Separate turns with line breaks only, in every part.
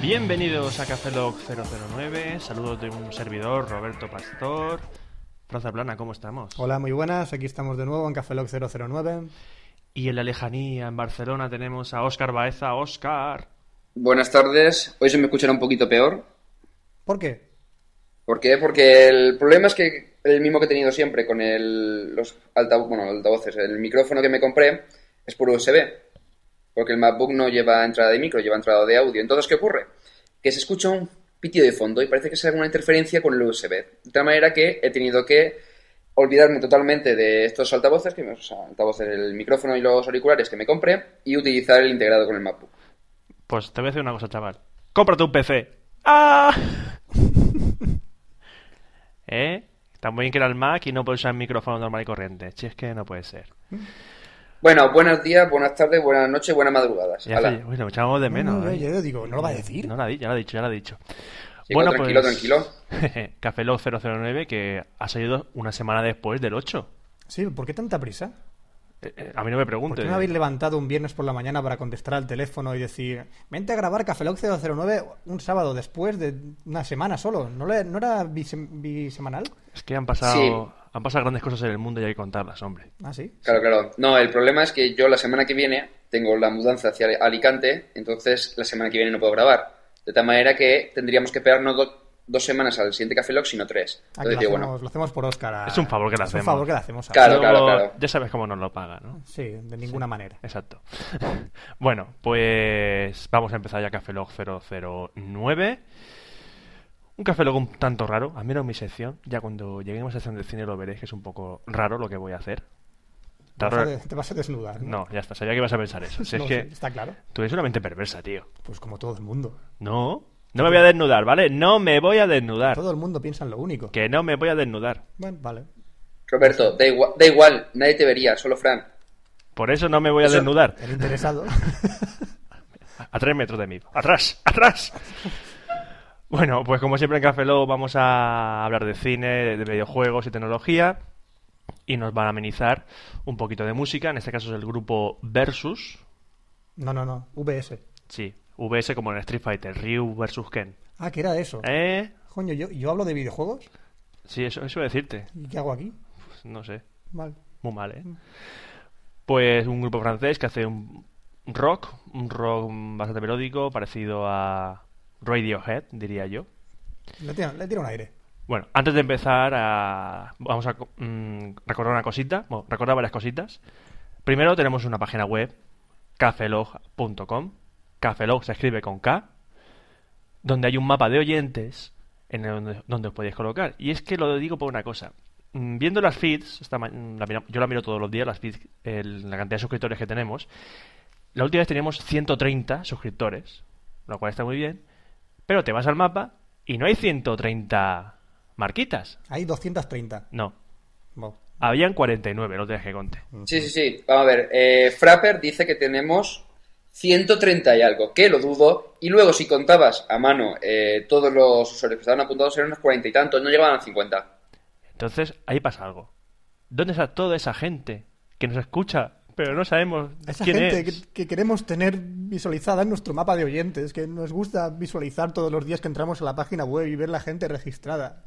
Bienvenidos a Café Log 009. Saludos de un servidor, Roberto Pastor. Franza Plana, ¿cómo estamos?
Hola, muy buenas. Aquí estamos de nuevo en Café Lock 009.
Y en la lejanía, en Barcelona, tenemos a Óscar Baeza. Óscar.
Buenas tardes. Hoy se me escuchará un poquito peor.
¿Por qué?
¿Por qué? Porque el problema es que el mismo que he tenido siempre con el, los alta, bueno, altavoces, el micrófono que me compré es por USB. Porque el MacBook no lleva entrada de micro, lleva entrada de audio. Entonces, ¿qué ocurre? que se escucha un pitido de fondo y parece que es alguna interferencia con el USB. De tal manera que he tenido que olvidarme totalmente de estos altavoces, que, o sea, altavoces, el micrófono y los auriculares que me compré y utilizar el integrado con el MacBook.
Pues te voy a decir una cosa, chaval. ¡Cómprate un PC! ¡Ah! ¿Eh? Está muy bien que era el Mac y no puede usar el micrófono normal y corriente. Si es que no puede ser.
Bueno, buenos días, buenas tardes, buenas noches, buenas madrugadas.
Ya sé, bueno, me echamos de menos.
No, no,
¿eh?
yo digo, ¿no lo va a decir?
No la di, ya lo he dicho, ya lo he dicho. pues,
Chico, tranquilo, tranquilo.
Café Lock 009 que ha salido una semana después del 8.
Sí, ¿por qué tanta prisa?
Eh, eh, a mí no me
¿Por
preguntes.
qué no habéis levantado un viernes por la mañana para contestar al teléfono y decir, vente a grabar Café Lock 009 un sábado después de una semana solo? ¿No, le- no era bisem- bisemanal?
Es que han pasado,
Sí.
han pasado grandes cosas en el mundo y hay que contarlas, hombre.
Ah, sí.
Claro, claro. No, el problema es que yo la semana que viene tengo la mudanza hacia Alicante, entonces la semana que viene no puedo grabar. De tal manera que tendríamos que esperarnos do- dos semanas al siguiente Café Lock, sino tres.
Ah, que
Entonces
lo,
digo,
hacemos,
bueno,
lo hacemos por Oscar. a-
Es un favor que le
Es
hacemos.
un favor que le hacemos. a-
Claro,
Luego,
claro, claro.
Ya sabes cómo nos lo paga, ¿no?
Sí, de ninguna manera.
Exacto. bueno, pues vamos a empezar ya Café Log 009. Un Café Log un tanto raro, al menos mi sección. Ya cuando lleguemos a la sección del cine lo veréis que es un poco raro lo que voy a hacer.
Te vas
Raro-
a de- Te vas a desnudar.
No, ya está, sabía que ibas a pensar eso. Si es
No,
que
sí, Está claro.
tú eres una mente perversa, tío.
Pues como todo el mundo.
No, no me voy a desnudar, ¿vale? No me voy a desnudar.
Todo el mundo piensa en lo único.
Que no me voy a desnudar.
Bueno, vale.
Roberto, da igual, da igual, nadie te vería, solo Fran.
Por eso no me voy a
Eso-
desnudar.
El interesado.
A a tres metros de mí. ¡Atrás! ¡Atrás! Bueno, pues como siempre en Café Lock vamos a hablar de cine, de videojuegos y tecnología. Y nos van a amenizar un poquito de música. En este caso es el grupo Versus.
No, no, no. VS.
Sí, VS como en Street Fighter. Ryu versus Ken.
Ah, que era eso.
¿Eh?
Coño, yo, yo hablo de videojuegos.
Sí, eso, eso decirte.
¿Y qué hago aquí?
Pues no sé.
Vale.
Muy mal, ¿eh? Pues un grupo francés que hace un rock, un rock bastante melódico, parecido a Radiohead, diría yo.
Le tiro, le tiro un aire.
Bueno, antes de empezar, a- vamos a co- mm, recordar una cosita, bueno, recordar varias cositas. Primero tenemos una página web, cafelog.com. Cafelog se escribe con K, donde hay un mapa de oyentes en el donde, donde os podéis colocar. Y es que lo digo por una cosa. Mm, Viendo las feeds, esta ma- mm, la mira- yo la miro todos los días, las feeds, el- la cantidad de suscriptores que tenemos. La última vez teníamos 130 suscriptores, lo cual está muy bien. Pero te vas al mapa y no hay 130 marquitas.
Hay 230.
No,
Bueno,
habían 49, no te que conte.
Sí, sí, sí. Vamos a ver. eh, Frapper dice que tenemos 130 y algo, que lo dudo. Y luego, si contabas a mano eh, todos los usuarios que estaban apuntados, eran unos cuarenta y tantos, no llegaban a 50.
Entonces, ahí pasa algo. ¿Dónde está toda esa gente que nos escucha, pero no sabemos
Esa
quién
gente
es?
que, que queremos tener visualizada en nuestro mapa de oyentes, que nos gusta visualizar todos los días que entramos a la página web y ver la gente registrada.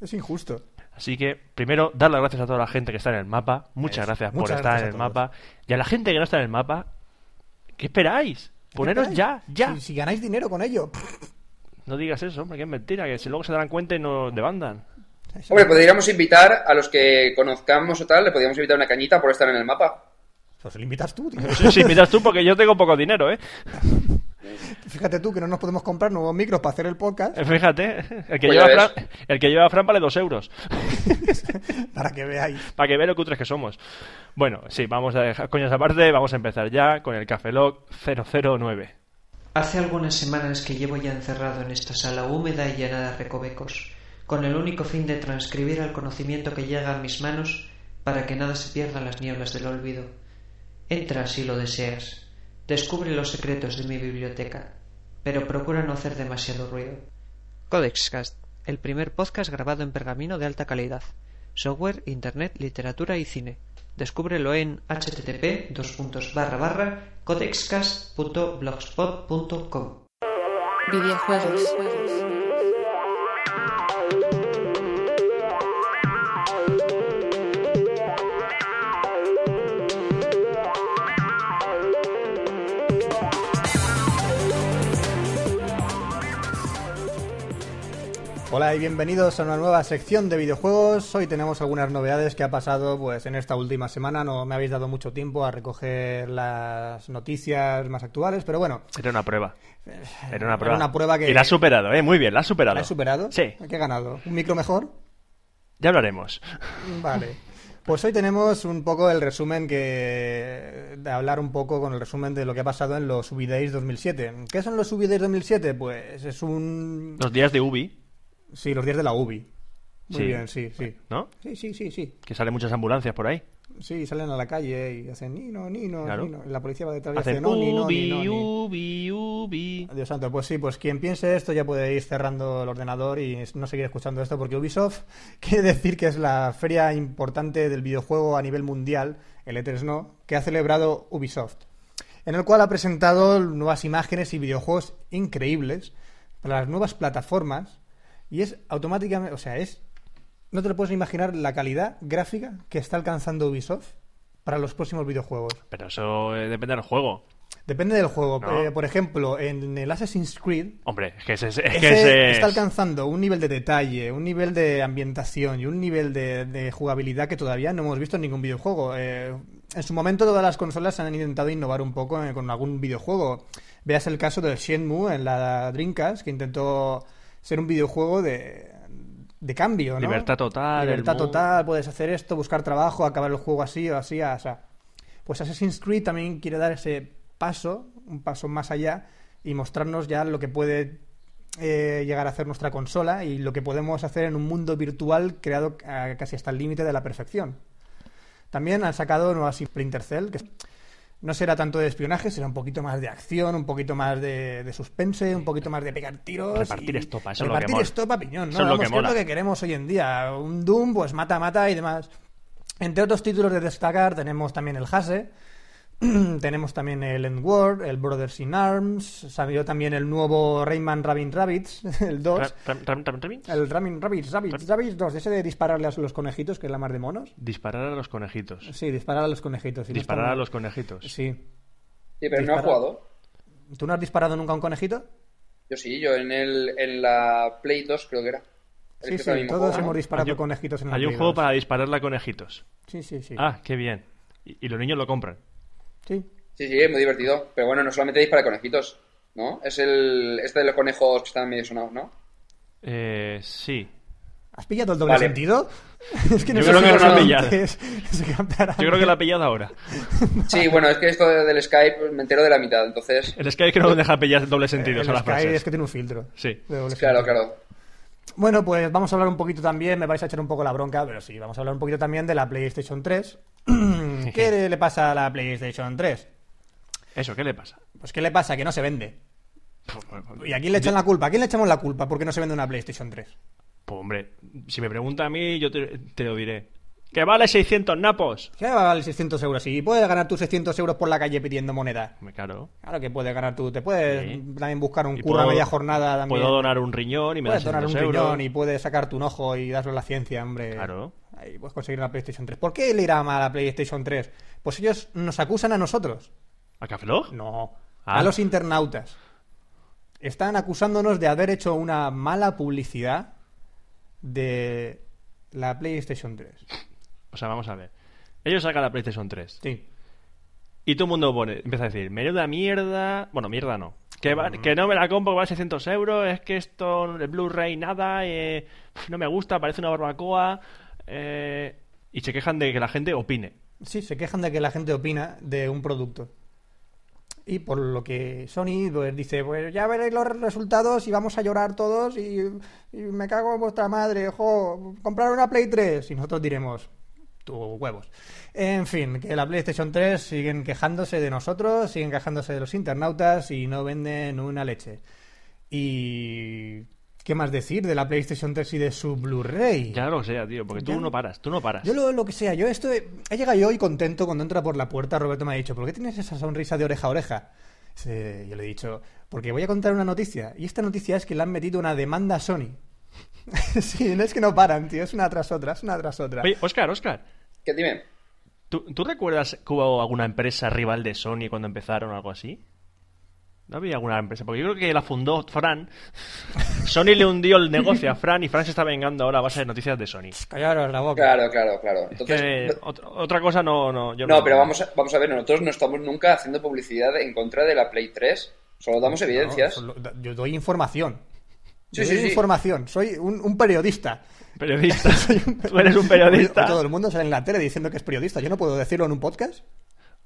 Es injusto.
Así que, primero, dar las gracias a toda la gente que está en el mapa. Muchas
Eso.
gracias por
Muchas
estar
gracias a
en el
todos.
mapa. Y a la gente que no está en el mapa, ¿qué esperáis? Poneros ya, ya.
Si, si ganáis dinero con ello.
No digas eso, hombre, que es mentira, que si luego se darán cuenta y nos demandan.
Hombre, podríamos invitar a los que conozcamos o tal, le podríamos invitar una cañita por estar en el mapa.
Pues lo invitas tú, tío.
Si invitas tú, porque yo tengo poco dinero, ¿eh?
Fíjate tú que no nos podemos comprar nuevos micros para hacer el podcast
Eh, Fíjate, el que,
Pues
lleva
ya ves.
Fran, el que lleva Fran vale dos euros.
para que veáis.
Para que vea lo cutres que somos. Bueno, sí, vamos a dejar coñas aparte. Vamos a empezar ya con el Café Lock 009.
Hace algunas semanas que llevo ya encerrado en esta sala húmeda y llena de recovecos, con el único fin de transcribir el conocimiento que llega a mis manos para que nada se pierda en las nieblas del olvido. Entra si lo deseas, descubre los secretos de mi biblioteca, pero procura no hacer demasiado ruido. Codexcast, el primer podcast grabado en pergamino de alta calidad. Software, internet, literatura y cine. Descúbrelo en http codexcast.blogspot.com.
Videojuegos.
Hola y bienvenidos a una nueva sección de videojuegos. Hoy tenemos algunas novedades que ha pasado pues en esta última semana. No me habéis dado mucho tiempo a recoger las noticias más actuales, pero bueno,
Era una prueba. Era una
Era
prueba.
una prueba que-
Y la has superado, ¿eh? Muy bien, la has superado.
¿la he superado?
Sí,
¿Qué he ganado? ¿Un micro mejor?
ya hablaremos.
Vale. Pues hoy tenemos un poco el resumen que. de hablar un poco con el resumen de lo que ha pasado en los Ubi Days 2007. ¿Qué son los Ubi Days 2007? Pues es un.
Los días de Ubi,
Sí, los días de la Ubi. Muy
Sí.
bien, sí, sí.
¿no?
Sí, sí, sí, sí.
Que salen muchas ambulancias por ahí.
Sí, salen a la calle y hacen Nino, Nino,
Claro.
Nino. La policía va detrás y hace
Hacen
no, Nino,
Ubi,
Nino, Nino.
Ubi, Ubi.
Dios santo, pues sí, pues quien piense esto ya puede ir cerrando el ordenador y no seguir escuchando esto porque Ubisoft quiere decir que es la feria importante del videojuego a nivel mundial, el E3 no, que ha celebrado Ubisoft, en el cual ha presentado nuevas imágenes y videojuegos increíbles para las nuevas plataformas y es automáticamente, o sea, es no te lo puedes imaginar la calidad gráfica que está alcanzando Ubisoft para los próximos videojuegos.
Pero eso eh, depende del juego.
Depende del juego.
No.
Eh, por ejemplo, en el Assassin's Creed
Hombre, es que ese es...
ese
que ese
está
es-
alcanzando un nivel de detalle, un nivel de ambientación y un nivel de, de jugabilidad que todavía no hemos visto en ningún videojuego. Eh, en su momento todas las consolas han intentado innovar un poco eh, con algún videojuego. Veas el caso del Shenmue en la Dreamcast, que intentó ser un videojuego de, de cambio, ¿no?
Libertad total, el
Libertad
mundo.
total, puedes hacer esto, buscar trabajo, acabar el juego así o así, o sea. Pues Assassin's Creed también quiere dar ese paso, un paso más allá, y mostrarnos ya lo que puede eh, llegar a hacer nuestra consola y lo que podemos hacer en un mundo virtual creado eh, casi hasta el límite de la perfección. También han sacado nuevas Splinter Cell, que no será tanto de espionaje, será un poquito más de acción, un poquito más de, de suspense, un poquito más de pegar tiros.
Repartir
y-
estopa, eso es lo que
repartir
mola.
estopa a piñón, ¿no?
Eso es lo
Vamos,
que mola.
es lo que queremos hoy en día. Un Doom, pues mata, mata y demás. Entre otros títulos de destacar tenemos también el Hase, tenemos también el End World, el Brothers in Arms, salió también el nuevo Rayman Rabin Rabbits, el 2,
Ram- ram- ram- ram- ram-
el Ramin Rabbits, Rabbits, Rabbits 2, ese de dispararle a los conejitos, que es la mar de monos.
Disparar a los conejitos.
Sí, disparar a los conejitos. y no
Disparar
está
a
mal.
los conejitos.
Sí.
Sí, pero no ha
Dispara.
jugado.
¿Tú no has disparado nunca a un conejito?
Yo sí, yo en, el, en la Play 2 creo que era. Es
Sí,
que
sí,
para mí me
todos
juego,
hemos
¿no?
disparado
Hay un-
conejitos en la
Hay un
Play
juego
2.
para dispararle a conejitos.
Sí, sí, sí.
Ah, qué bien. Y, y los niños lo compran.
Sí.
Sí, sí, es muy divertido. Pero bueno, no solamente dispara conejitos, ¿no? Es el este de los conejos que están medio sonados, ¿no?
Eh, sí.
¿Has pillado el doble
Vale.
sentido? es que no
Yo
sé
creo
si
que
lo
no lo he
sé
pillado.
antes. Es que ahora-
Yo creo que la ha pillado ahora.
Sí, bueno, es que esto de- del Skype me entero de la mitad, entonces...
El Sky que no deja pillar doble sentido
Eh, el
a las
Sky
frases.
es que tiene un filtro.
Sí.
de doble
Claro,
sentido.
claro.
Bueno, pues vamos a hablar un poquito también, me vais a echar un poco la bronca, pero sí, vamos a hablar un poquito también de la PlayStation 3. ¿Qué le pasa a la PlayStation 3?
Eso, ¿qué le pasa?
Pues ¿qué le pasa? Que no se vende. ¿Y a quién le echan la culpa? ¿A quién le echamos la culpa porque no se vende una PlayStation 3?
Pues hombre, si me pregunta a mí, yo te, te lo diré. ¡Que vale 600 napos!
¿Qué vale 600 euros? Y puedes ganar tus 600 euros por la calle pidiendo moneda.
Me caro.
Claro que puedes ganar tú. Te puedes
Sí.
también buscar un
Y
curro a
puedo-
media jornada también.
Puedo donar un riñón y me
Puedes
das
donar un
600 euros.
riñón y puedes sacarte un ojo y darlo a la ciencia, hombre.
Claro.
Ahí puedes conseguir una PlayStation 3. ¿Por qué le irá mal a la PlayStation 3? Pues ellos nos acusan a nosotros.
¿A Café Lock?
No.
Ah.
A los internautas. Están acusándonos de haber hecho una mala publicidad de la PlayStation 3.
O sea, vamos a ver. Ellos sacan la PlayStation 3.
Sí.
Y todo el mundo pone, empieza a decir, menuda mierda. Bueno, mierda no. Que, va-
Mm.
que no me la compro, que vale 600 euros, es que esto, el Blu-ray, nada, eh, no me gusta, parece una barbacoa. eh, y se quejan de que la gente opine.
Sí, se quejan de que la gente opina de un producto. Y por lo que Sony pues, dice, pues ya veréis los resultados y vamos a llorar todos y, y me cago en vuestra madre, jo, comprar una Play 3. Y nosotros diremos, tus huevos. En fin, que la PlayStation 3 siguen quejándose de nosotros, siguen quejándose de los internautas y no venden una leche. Y... ¿Qué más decir de la PlayStation 3 y de su Blu-ray?
Ya lo que sea, tío, porque tú
Ya
no
no-
paras, tú no paras.
Yo lo, lo que sea, yo esto he, he llegado yo y contento cuando entra por la puerta Roberto me ha dicho, ¿por qué tienes esa sonrisa de oreja a oreja? Dice, yo le he dicho, porque voy a contar una noticia. Y esta noticia es que le han metido una demanda a Sony. sí, no es que no paran, tío, es una tras otra, es una tras otra.
Oye, Oscar, Oscar,
¿Qué dime?
¿tú, tú recuerdas que hubo alguna empresa rival de Sony cuando empezaron o algo así? No había alguna empresa, porque yo creo que la fundó Fran. Sony le hundió el negocio a Fran y Fran se está vengando ahora a base de noticias de Sony.
Callaros la boca.
Claro, claro, claro.
Es que
Entonces,
ot- otra, cosa no, no, yo
no, pero vamos a, vamos a ver, nosotros no estamos nunca haciendo publicidad en contra de la Play 3. Solo damos
No,
evidencias.
solo- yo doy información.
Sí,
Yo
sí,
doy
sí.
información, soy un, un periodista.
Periodista. Tú eres un periodista.
Hoy- hoy Todo el mundo sale en la tele diciendo que es periodista. Yo no puedo decirlo en un podcast.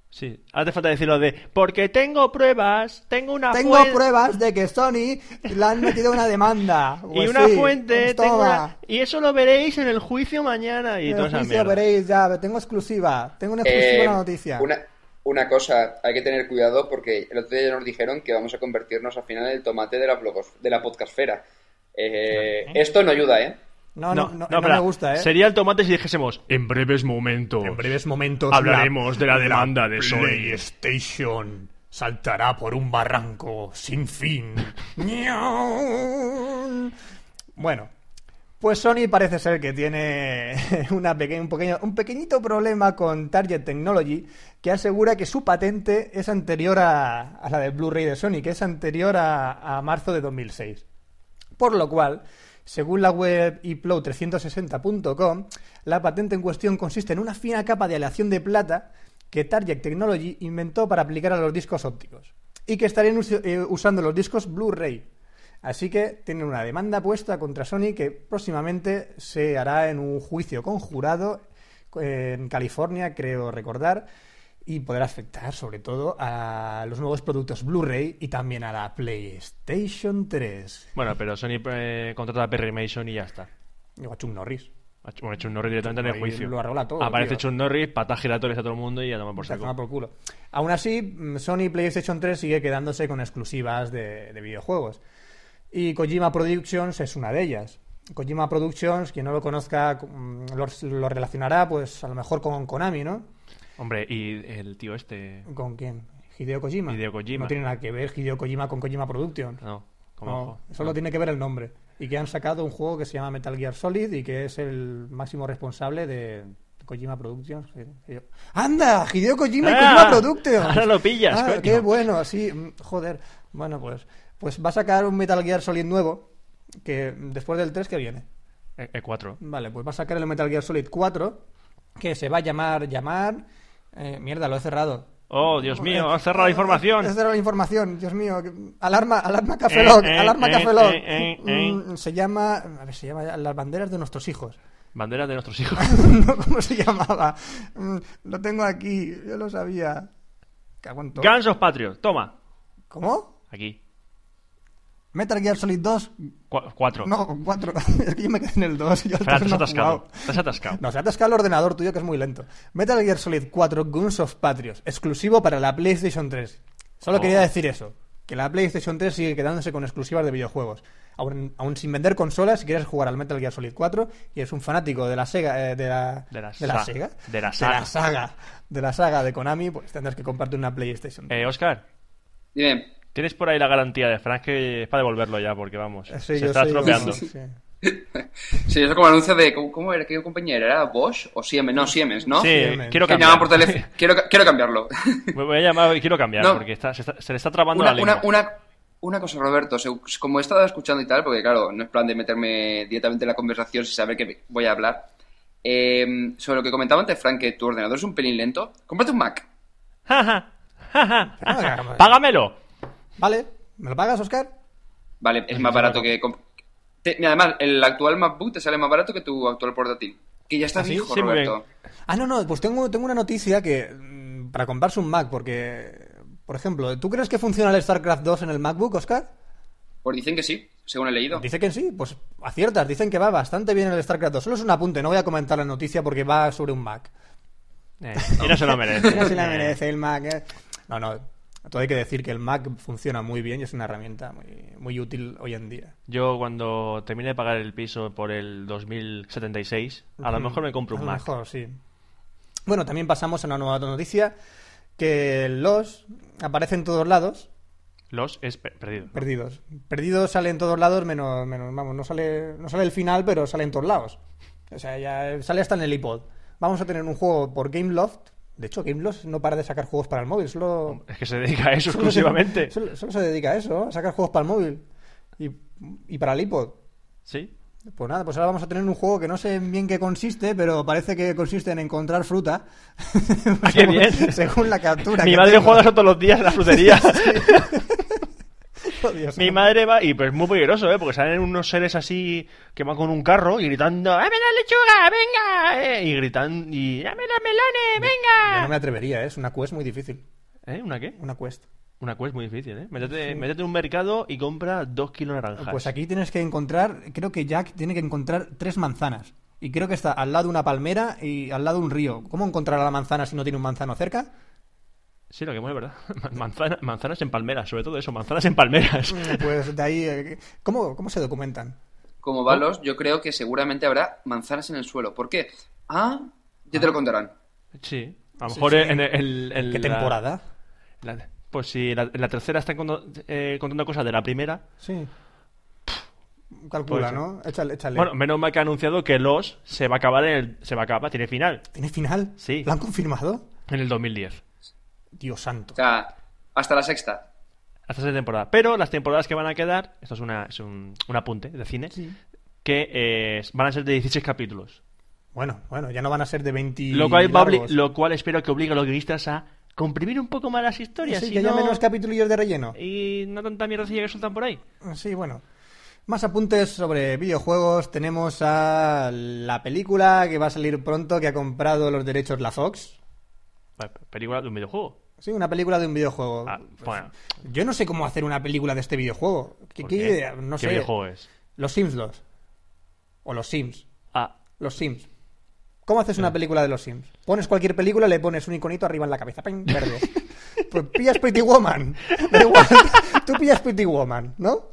Sí, ahora te falta decirlo de porque tengo pruebas, tengo una
Tengo
fuente
pruebas de que Sony le han metido una demanda.
y
Pues
una
sí,
fuente,
pues
tengo
toma.
una- y eso lo veréis en el juicio mañana y
En el
toda esa
juicio
mierda.
veréis ya, tengo exclusiva. Tengo una
Eh,
exclusiva en la noticia.
Una, una cosa, hay que tener cuidado porque el otro día nos dijeron que vamos a convertirnos al final en el tomate de la, blogos, de la podcastfera. Eh, Esto no ayuda, ¿eh?
No, no, no, no
espera.
me gusta, ¿eh?
Sería el tomate si dijésemos en breves momentos.
En breves momentos
Hablaremos de la demanda de Sony.
PlayStation saltará por un barranco sin fin.
Bueno, pues Sony parece ser que tiene una peque- un, pequeño, un pequeñito problema con Target Technology que asegura que su patente es anterior a, a la del Blu-ray de Sony, que es anterior a, a marzo de 2006. Por lo cual, según la web iplow360.com, la patente en cuestión consiste en una fina capa de aleación de plata que Target Technology inventó para aplicar a los discos ópticos y que estarían usi- eh, usando los discos Blu-ray. Así que tienen una demanda puesta contra Sony que próximamente se hará en un juicio conjurado eh, en California, creo recordar, y podrá afectar sobre todo a los nuevos productos Blu-ray y también a la PlayStation 3.
Bueno, pero Sony eh, contrata a Perry Mason y ya está.
Digo, a Chuck Norris.
Ha- Bueno, Chun Norris directamente en el
Ahí
juicio.
lo arregla todo,
Aparece
tío.
Chun Norris, patas giratorias a todo el mundo y ya toma por
Se la toma
saco.
por culo. Aún así, mm, Sony PlayStation 3 sigue quedándose con exclusivas de, de videojuegos. Y Kojima Productions es una de ellas. Kojima Productions, quien no lo conozca, mm, lo, lo relacionará pues a lo mejor con Konami, ¿no?
Hombre, y el tío este.
¿Con quién? Hideo Kojima.
Hideo Kojima.
No tiene nada que ver Hideo Kojima con Kojima Productions.
No, como
No,
ojo.
solo tiene que ver el nombre. Y que han sacado un juego que se llama Metal Gear Solid y que es el máximo responsable de Kojima Productions. Y yo, ¡Anda! Hideo Kojima y
Ah,
Kojima Productions.
ahora lo pillas,
Ah,
coño.
¡Qué bueno! Sí, mm, joder. Bueno, pues, pues va a sacar un Metal Gear Solid nuevo que después del 3 que viene.
E- E4.
Vale, pues va a sacar el Metal Gear Solid 4 que se va a llamar, llamar... eh, mierda, lo he cerrado.
Oh, Dios mío,
Eh,
has cerrado la información.
eh, Has cerrado la información, Dios mío. que- Alarma, alarma
Eh,
Café Lock,
eh,
alarma
eh,
Café Lock.
eh, eh, eh.
Mm, Se llama, a ver, se llama Las banderas de nuestros hijos.
Banderas de nuestros hijos.
No, ¿Cómo se llamaba? Mm, Lo tengo aquí, yo lo sabía. Cago en todo.
Guns of Patriot, toma.
¿Cómo?
Aquí.
Metal Gear Solid 2,
Cua- cuatro.
no, 4. Es que yo me quedé en el 2. Yo el
Fran, te has
dos no he
atascado.
jugado.
Te has atascado.
No, se ha atascado el ordenador tuyo que es muy lento. Metal Gear Solid 4 Guns of Patriot, exclusivo para la PlayStation 3. Solo
Oh.
quería decir eso, que la PlayStation 3 sigue quedándose con exclusivas de videojuegos. Aún, aún sin vender consolas, si quieres jugar al Metal Gear Solid 4 y eres un fanático de la Sega, eh, de la,
De la sa-
Sega,
de la
de
saga.
la saga, de la saga de Konami, pues tendrás que comprarte una PlayStation.
Eh, Oscar,
Dime,
¿tienes por ahí la garantía de Frank que es para devolverlo ya? Porque vamos,
Eh, Sí,
se
yo
está
soy-
estropeando.
sí, sí.
sí, eso como anuncio de, ¿cómo, cómo era? ¿Qué compañía era? ¿Era Bosch o Siemens? No, Siemens, ¿no?
Sí, eh,
Siemens.
quiero
Que
cambiar.
llamaban por teléfono. Quiero, ca- quiero cambiarlo.
Me Voy a llamar y quiero cambiar
No.
porque está- se, está- se le está trabando
una,
la lengua.
una, una, una cosa, Roberto, se- como he estado escuchando y tal, porque claro, no es plan de meterme directamente en la conversación sin saber que voy a hablar. eh, sobre lo que comentaba antes, Frank, que tu ordenador es un pelín lento, cómprate un Mac.
Ah,
Ja, ja, ja, ja.
Pero no,
Págamelo.
Vale, ¿Me lo pagas, Oscar?
Vale, es más barato que... comp- te- mira, además, el actual MacBook te sale más barato que tu actual portátil. Que ya está
¿Ah, sí?
fijo,
Sí, muy bien.
Roberto.
Ah, no, no, pues tengo, tengo una noticia que. mm, para comprarse un Mac, porque. Por ejemplo, ¿tú crees que funciona el StarCraft 2 en el MacBook, Oscar?
Pues dicen que sí, según he leído.
Dice que sí, pues aciertas, dicen que va bastante bien el StarCraft 2. Solo es un apunte, no voy a comentar la noticia porque va sobre un Mac.
Eh, y no se lo merece.
No se la
Eh,
merece el Mac. eh. No, no, todo hay que decir que el Mac funciona muy bien y es una herramienta muy, muy útil hoy en día.
Yo cuando termine de pagar el piso por el 2076, a lo mejor me compro
A
un
lo
Mac.
mejor, sí. Bueno, también pasamos a una nueva noticia que los aparece en todos lados,
Los es pe- perdido.
Perdidos. Perdidos sale en todos lados, menos, menos vamos, no sale, no sale el final, pero sale en todos lados. O sea, ya sale hasta en el iPod. Vamos a tener un juego por Gameloft. De hecho, Gameloft no para de sacar juegos para el móvil, solo,
Es que se dedica a eso
solo se-
exclusivamente.
solo, solo se dedica a eso, a sacar juegos para el móvil y, y para el iPod.
Sí.
Pues nada, pues ahora vamos a tener un juego que no sé bien qué consiste, pero parece que consiste en encontrar fruta.
qué bien.
Según- Según la captura.
Mi
que
madre
tengo.
juega eso todos los días en la frutería.
Oh, Dios,
Mi
no.
madre va y pues muy peligroso, ¿eh? Porque salen unos seres así que van con un carro y gritando ¡Dame la lechuga, venga! eh", Y gritando y ¡Dame los melones,
Yo no
venga!
me atrevería, ¿eh? es una quest muy difícil.
¿Eh? ¿Una qué?
Una quest.
Una quest muy difícil, ¿eh? Métete, métete en un mercado y compra dos kilos de naranjas.
Pues aquí tienes que encontrar, creo que Jack tiene que encontrar tres manzanas. Y creo que está al lado una palmera y al lado un río. ¿Cómo encontrará la manzana si no tiene un manzano cerca?
Sí, lo que hemos, ¿verdad? Manzana- manzanas en palmeras, sobre todo eso, manzanas en palmeras.
Pues de ahí... eh, ¿Cómo, cómo se documentan?
Como balos, yo creo que seguramente habrá manzanas en el suelo. ¿Por qué? Ah, ya te lo contarán.
Sí. A lo
Sí,
mejor
sí.
en, el, en
¿Qué
la-
temporada?
la- pues si la, en la tercera están contando, eh, contando cosas de la primera.
Sí. Calcula,
Puede ser.
¿no? Échale, échale.
Bueno, menos mal que ha anunciado que Los se va a acabar en el, se va a acabar, tiene final,
¿Tiene final?
Sí.
¿Lo han confirmado?
en el 2010.
Dios santo.
O sea, hasta la sexta.
Hasta esa temporada. Pero las temporadas que van a quedar, esto es, una, es un, un apunte de cine, que eh, van a ser de 16 capítulos.
Bueno, bueno, ya no van a ser de 20
Lo cual, va a obli-
largos.
lo cual espero que obligue a los guionistas a comprimir un poco más las historias.
Sí,
y
que haya
no-
menos capítulos de relleno.
y no tanta mierdecilla que sueltan por ahí.
Sí, bueno. Más apuntes sobre videojuegos. Tenemos a la película que va a salir pronto, que ha comprado los derechos la Fox.
Vale, Película de un videojuego.
Sí, una película de un videojuego.
Ah, bueno,
Yo no sé cómo hacer una película de este videojuego. ¿Qué,
¿por
qué
qué?
idea? No
¿Qué
sé.
videojuego es?
Los Sims 2. O los Sims.
Ah,
Los Sims. ¿Cómo haces una película de los Sims? Pones cualquier película, le pones un iconito arriba en la cabeza. ¡ping! Verde. Pues pillas Pretty Woman. Da igual. Tú pillas Pretty Woman, ¿no?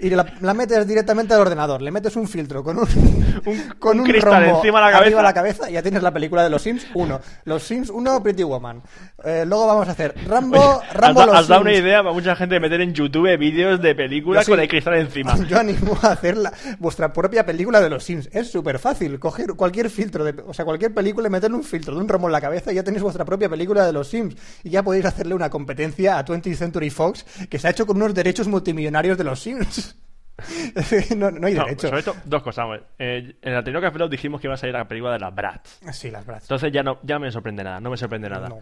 Y la, la metes directamente al ordenador. Le metes un filtro con un, con
un
un
cristal
rombo
encima de la cabeza.
arriba de la cabeza y ya tienes la película de los Sims 1. Los Sims 1, Pretty Woman. Eh, luego vamos a hacer Rambo,
Oye,
Rambo
has, da-
los
has dado una
Sims.
idea para mucha gente de meter en YouTube vídeos de películas
Yo
con
sí.
el cristal encima.
Yo animo a hacer la- vuestra propia película de los Sims. Es súper fácil. Coger cualquier filtro, de, o sea, cualquier película y meterle un filtro de un romo en la cabeza y ya tenéis vuestra propia película de los Sims. Y ya podéis hacerle una competencia a 20th Century Fox que se ha hecho con unos derechos multimillonarios de los Sims. no, no hay
No,
derecho.
sobre esto, dos cosas. vamos. Eh, en el anterior Café Lock dijimos que iba a salir la película de las Bratz.
Sí, las brazas.
Entonces ya no ya me sorprende nada, no me sorprende nada.
No.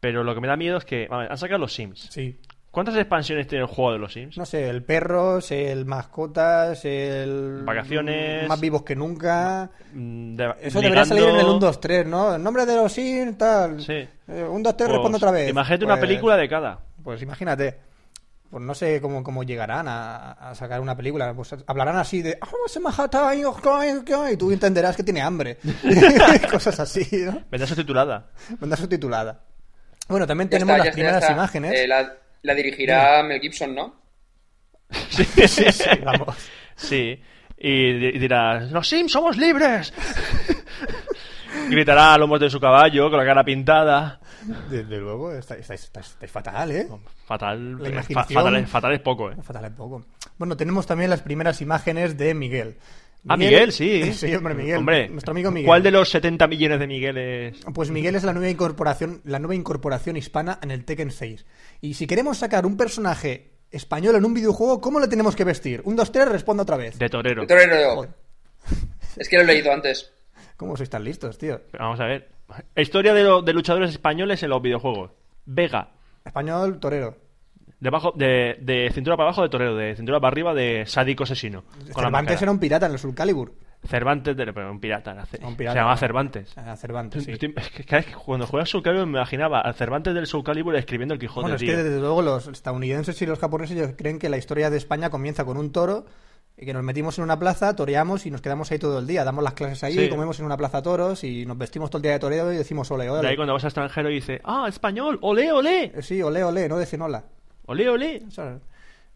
Pero lo que me da miedo es que vamos, han sacado los Sims.
Sí.
¿Cuántas expansiones tiene el juego de los Sims?
No sé, el perro, el mascotas, el...
Vacaciones.
Más vivos que nunca.
Mm, de-
Eso
ligando-
debería salir en el 1, 2, 3, ¿no? El nombre de los Sims, tal.
Sí.
Eh, 1, 2,
Pues,
3, respondo otra vez.
Imagínate una
Pues-
película de cada.
Pues imagínate. Pues no sé cómo, cómo llegarán a, a sacar una película. Pues hablarán así de. "Ah, se me ha jatado ahí, oh, coño, coño", Y tú entenderás que tiene hambre. Cosas así, ¿no?
Vendrá subtitulada.
Vendrá subtitulada. Bueno, también
Ya
tenemos
está, ya
las
está, ya
primeras
está.
imágenes.
Eh, la, la dirigirá Mel Gibson, ¿no?
Sí,
Sí, sí, vamos.
Sí. Y di- dirás, los Sims somos libres. Gritará a lomos de su caballo con la cara pintada.
Desde luego, estáis, estáis- estáis- estáis fatal, ¿eh?
Fatal,
La
eh, fa-
imaginación.
fatal, es- fatal es poco, ¿eh?
Fatal es poco. Bueno, tenemos también las primeras imágenes de Miguel.
Ah, Miguel, sí.
Sí, hombre, Miguel.
Hombre,
nuestro amigo Miguel.
¿Cuál de los 70 millones de Migueles?
Pues Miguel es la nueva incorporación, la nueva incorporación hispana en el Tekken 6. Y si queremos sacar un personaje español en un videojuego, ¿cómo le tenemos que vestir? Un, dos, tres, responda otra vez.
De torero.
De torero.
Joder,
Es que lo he leído antes.
¿Cómo sois tan listos, tío?
Pero Vamos a ver. Historia de, lo- de luchadores españoles en los videojuegos. Vega,
Español, torero.
Debajo, de, de cintura para abajo de torero, de cintura para arriba de sádico asesino. Con la
Cervantes
máscara.
era un pirata en los Ulcalibur.
Cervantes, de, pero un pirata, nace-
Un pirata.
Se llamaba Cervantes.
Ah, Cervantes, sí.
Estoy- es que cada vez que cuando jugaba Soul Calibur me imaginaba al Cervantes del Soul Calibur escribiendo el Quijote,
bueno, es
tío.
que desde luego los estadounidenses y los japoneses ellos creen que la historia de España comienza con un toro y que nos metimos en una plaza, toreamos y nos quedamos ahí todo el día. Damos las clases ahí,
Sí.
comemos en una plaza toros y nos vestimos todo el día de toreo y decimos ole,
De ahí
ole.
cuando vas a extranjero y dices, ¡ah, español! ¡Olé, olé!
Eh, Sí, ole, ole, no decir hola.
¡Olé, olé!
Son-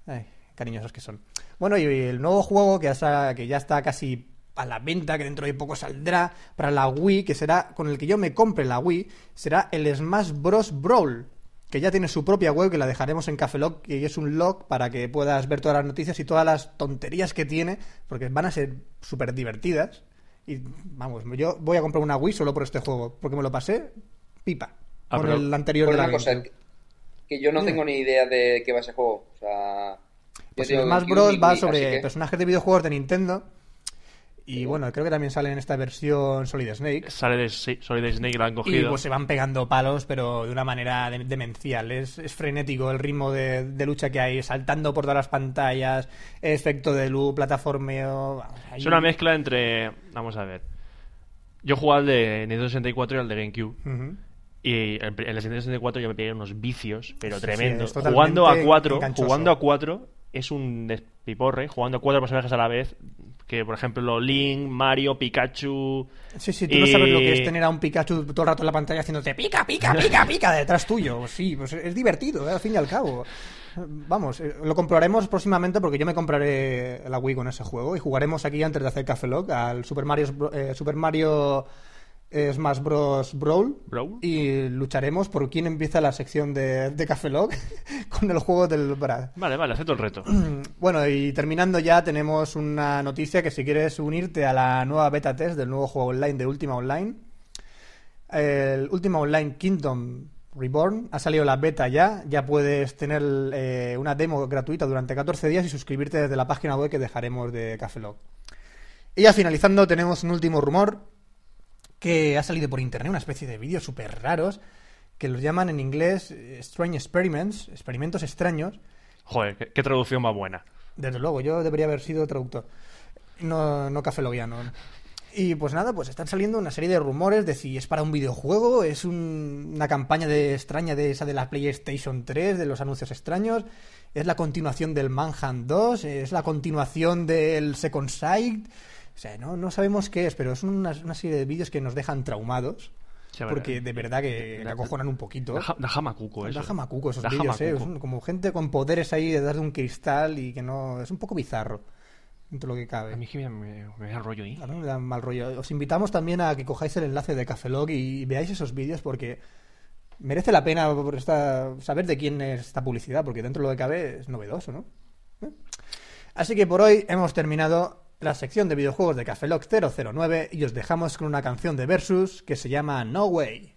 ay, cariñosos que son. Bueno, y el nuevo juego que ya, está, que ya está casi a la venta, que dentro de poco saldrá para la Wii, que será con el que yo me compre la Wii, será el Smash Bros. Brawl, que ya tiene su propia web, que la dejaremos en Cafelog, que es un log para que puedas ver todas las noticias y todas las tonterías que tiene, porque van a ser súper divertidas. Y vamos, yo voy a comprar una Wii solo por este juego, porque me lo pasé pipa.
Ah,
con
pero-
el anterior
Por
de la
una cosa,
GameCube.
que, que yo no
Dime.
tengo ni idea de qué va ese juego. O sea, yo
Pues
tengo
el Smash
GameCube
Bros.
y
va
Wii,
sobre
así que-
personajes de videojuegos de Nintendo. Y bueno, creo que también sale en esta versión Solid Snake.
Sale de, sí, sale de Snake, la han
Y
cogido.
pues se van pegando palos, pero de una manera de- demencial. Es, es frenético el ritmo de, de lucha que hay, saltando por todas las pantallas, efecto de luz, plataformeo. vamos, hay-
Es una mezcla entre. Vamos a ver. Yo jugaba al de Nintendo 64 y al de GameCube.
Ujú.
Y el, el de 64 yo me pegué unos vicios, pero
Sí, sí,
tremendos.
es totalmente
jugando a cuatro,
enganchoso.
jugando a cuatro es un despiporre. Jugando a cuatro personajes a la vez, que por ejemplo Link, Mario, Pikachu.
Sí, sí, tú no sabes
y-
lo que es tener a un Pikachu todo el rato en la pantalla haciéndote pica, pica, pica, pica detrás tuyo. Sí, pues es divertido, ¿eh? al fin y al cabo. Vamos, eh, lo compraremos próximamente porque yo me compraré la Wii con ese juego y jugaremos aquí antes de hacer Café Lock al Super Mario, Bro- eh, Super Mario eh, Smash Bros. Brawl
Brawl.
y lucharemos por quién empieza la sección de, de Café Lock con el juego del Bra.
Vale, vale, acepto el reto.
Bueno, y terminando ya, tenemos una noticia que si quieres unirte a la nueva beta test del nuevo juego online de Ultima Online, el Ultima Online Kingdom Reborn, ha salido la beta ya, ya puedes tener eh, una demo gratuita durante 14 días y suscribirte desde la página web que dejaremos de Cafelog. Y ya finalizando, tenemos un último rumor que ha salido por internet, una especie de vídeos súper raros que los llaman en inglés eh, Strange Experiments, experimentos extraños,
Joder, qué, qué traducción más buena.
desde luego, yo debería haber sido traductor. No, no cafeloguiano. Y pues nada, pues están saliendo una serie de rumores de si es para un videojuego, es un- una campaña de extraña de esa de la PlayStation 3, de los anuncios extraños, es la continuación del Manhunt 2, es la continuación del Second Sight. O sea, no, no sabemos qué es, pero es una, una serie de vídeos que nos dejan traumados.
Sí, a ver,
porque de verdad que,
da-
que acojonan un poquito.
Da, da jamacuco Pues eso.
Da jamacuco esos
Da
vídeos, ¿eh?
jamacuco.
Son como gente con poderes ahí de darle un cristal y que no... Es un poco bizarro, dentro de lo que cabe.
A mí es que me, me, me da rollo ahí.
A mí me da mal rollo. Os invitamos también a que cojáis el enlace de Cafelog y veáis esos vídeos porque merece la pena por esta- saber de quién es esta publicidad, porque dentro de lo que cabe es novedoso, ¿no? ¿Eh? Así que por hoy hemos terminado la sección de videojuegos de Cafelog 009 y os dejamos con una canción de Versus que se llama No Way.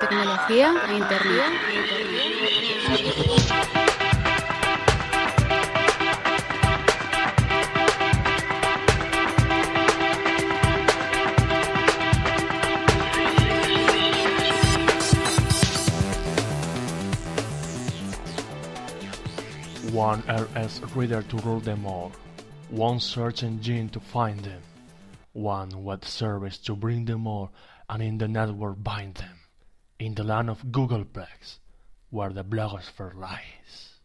Tecnología e Internet.
One RS reader to rule them all, one search engine to find them, one web service to bring them all and in the network bind them, in the land of Googleplex, where the blogosphere lies.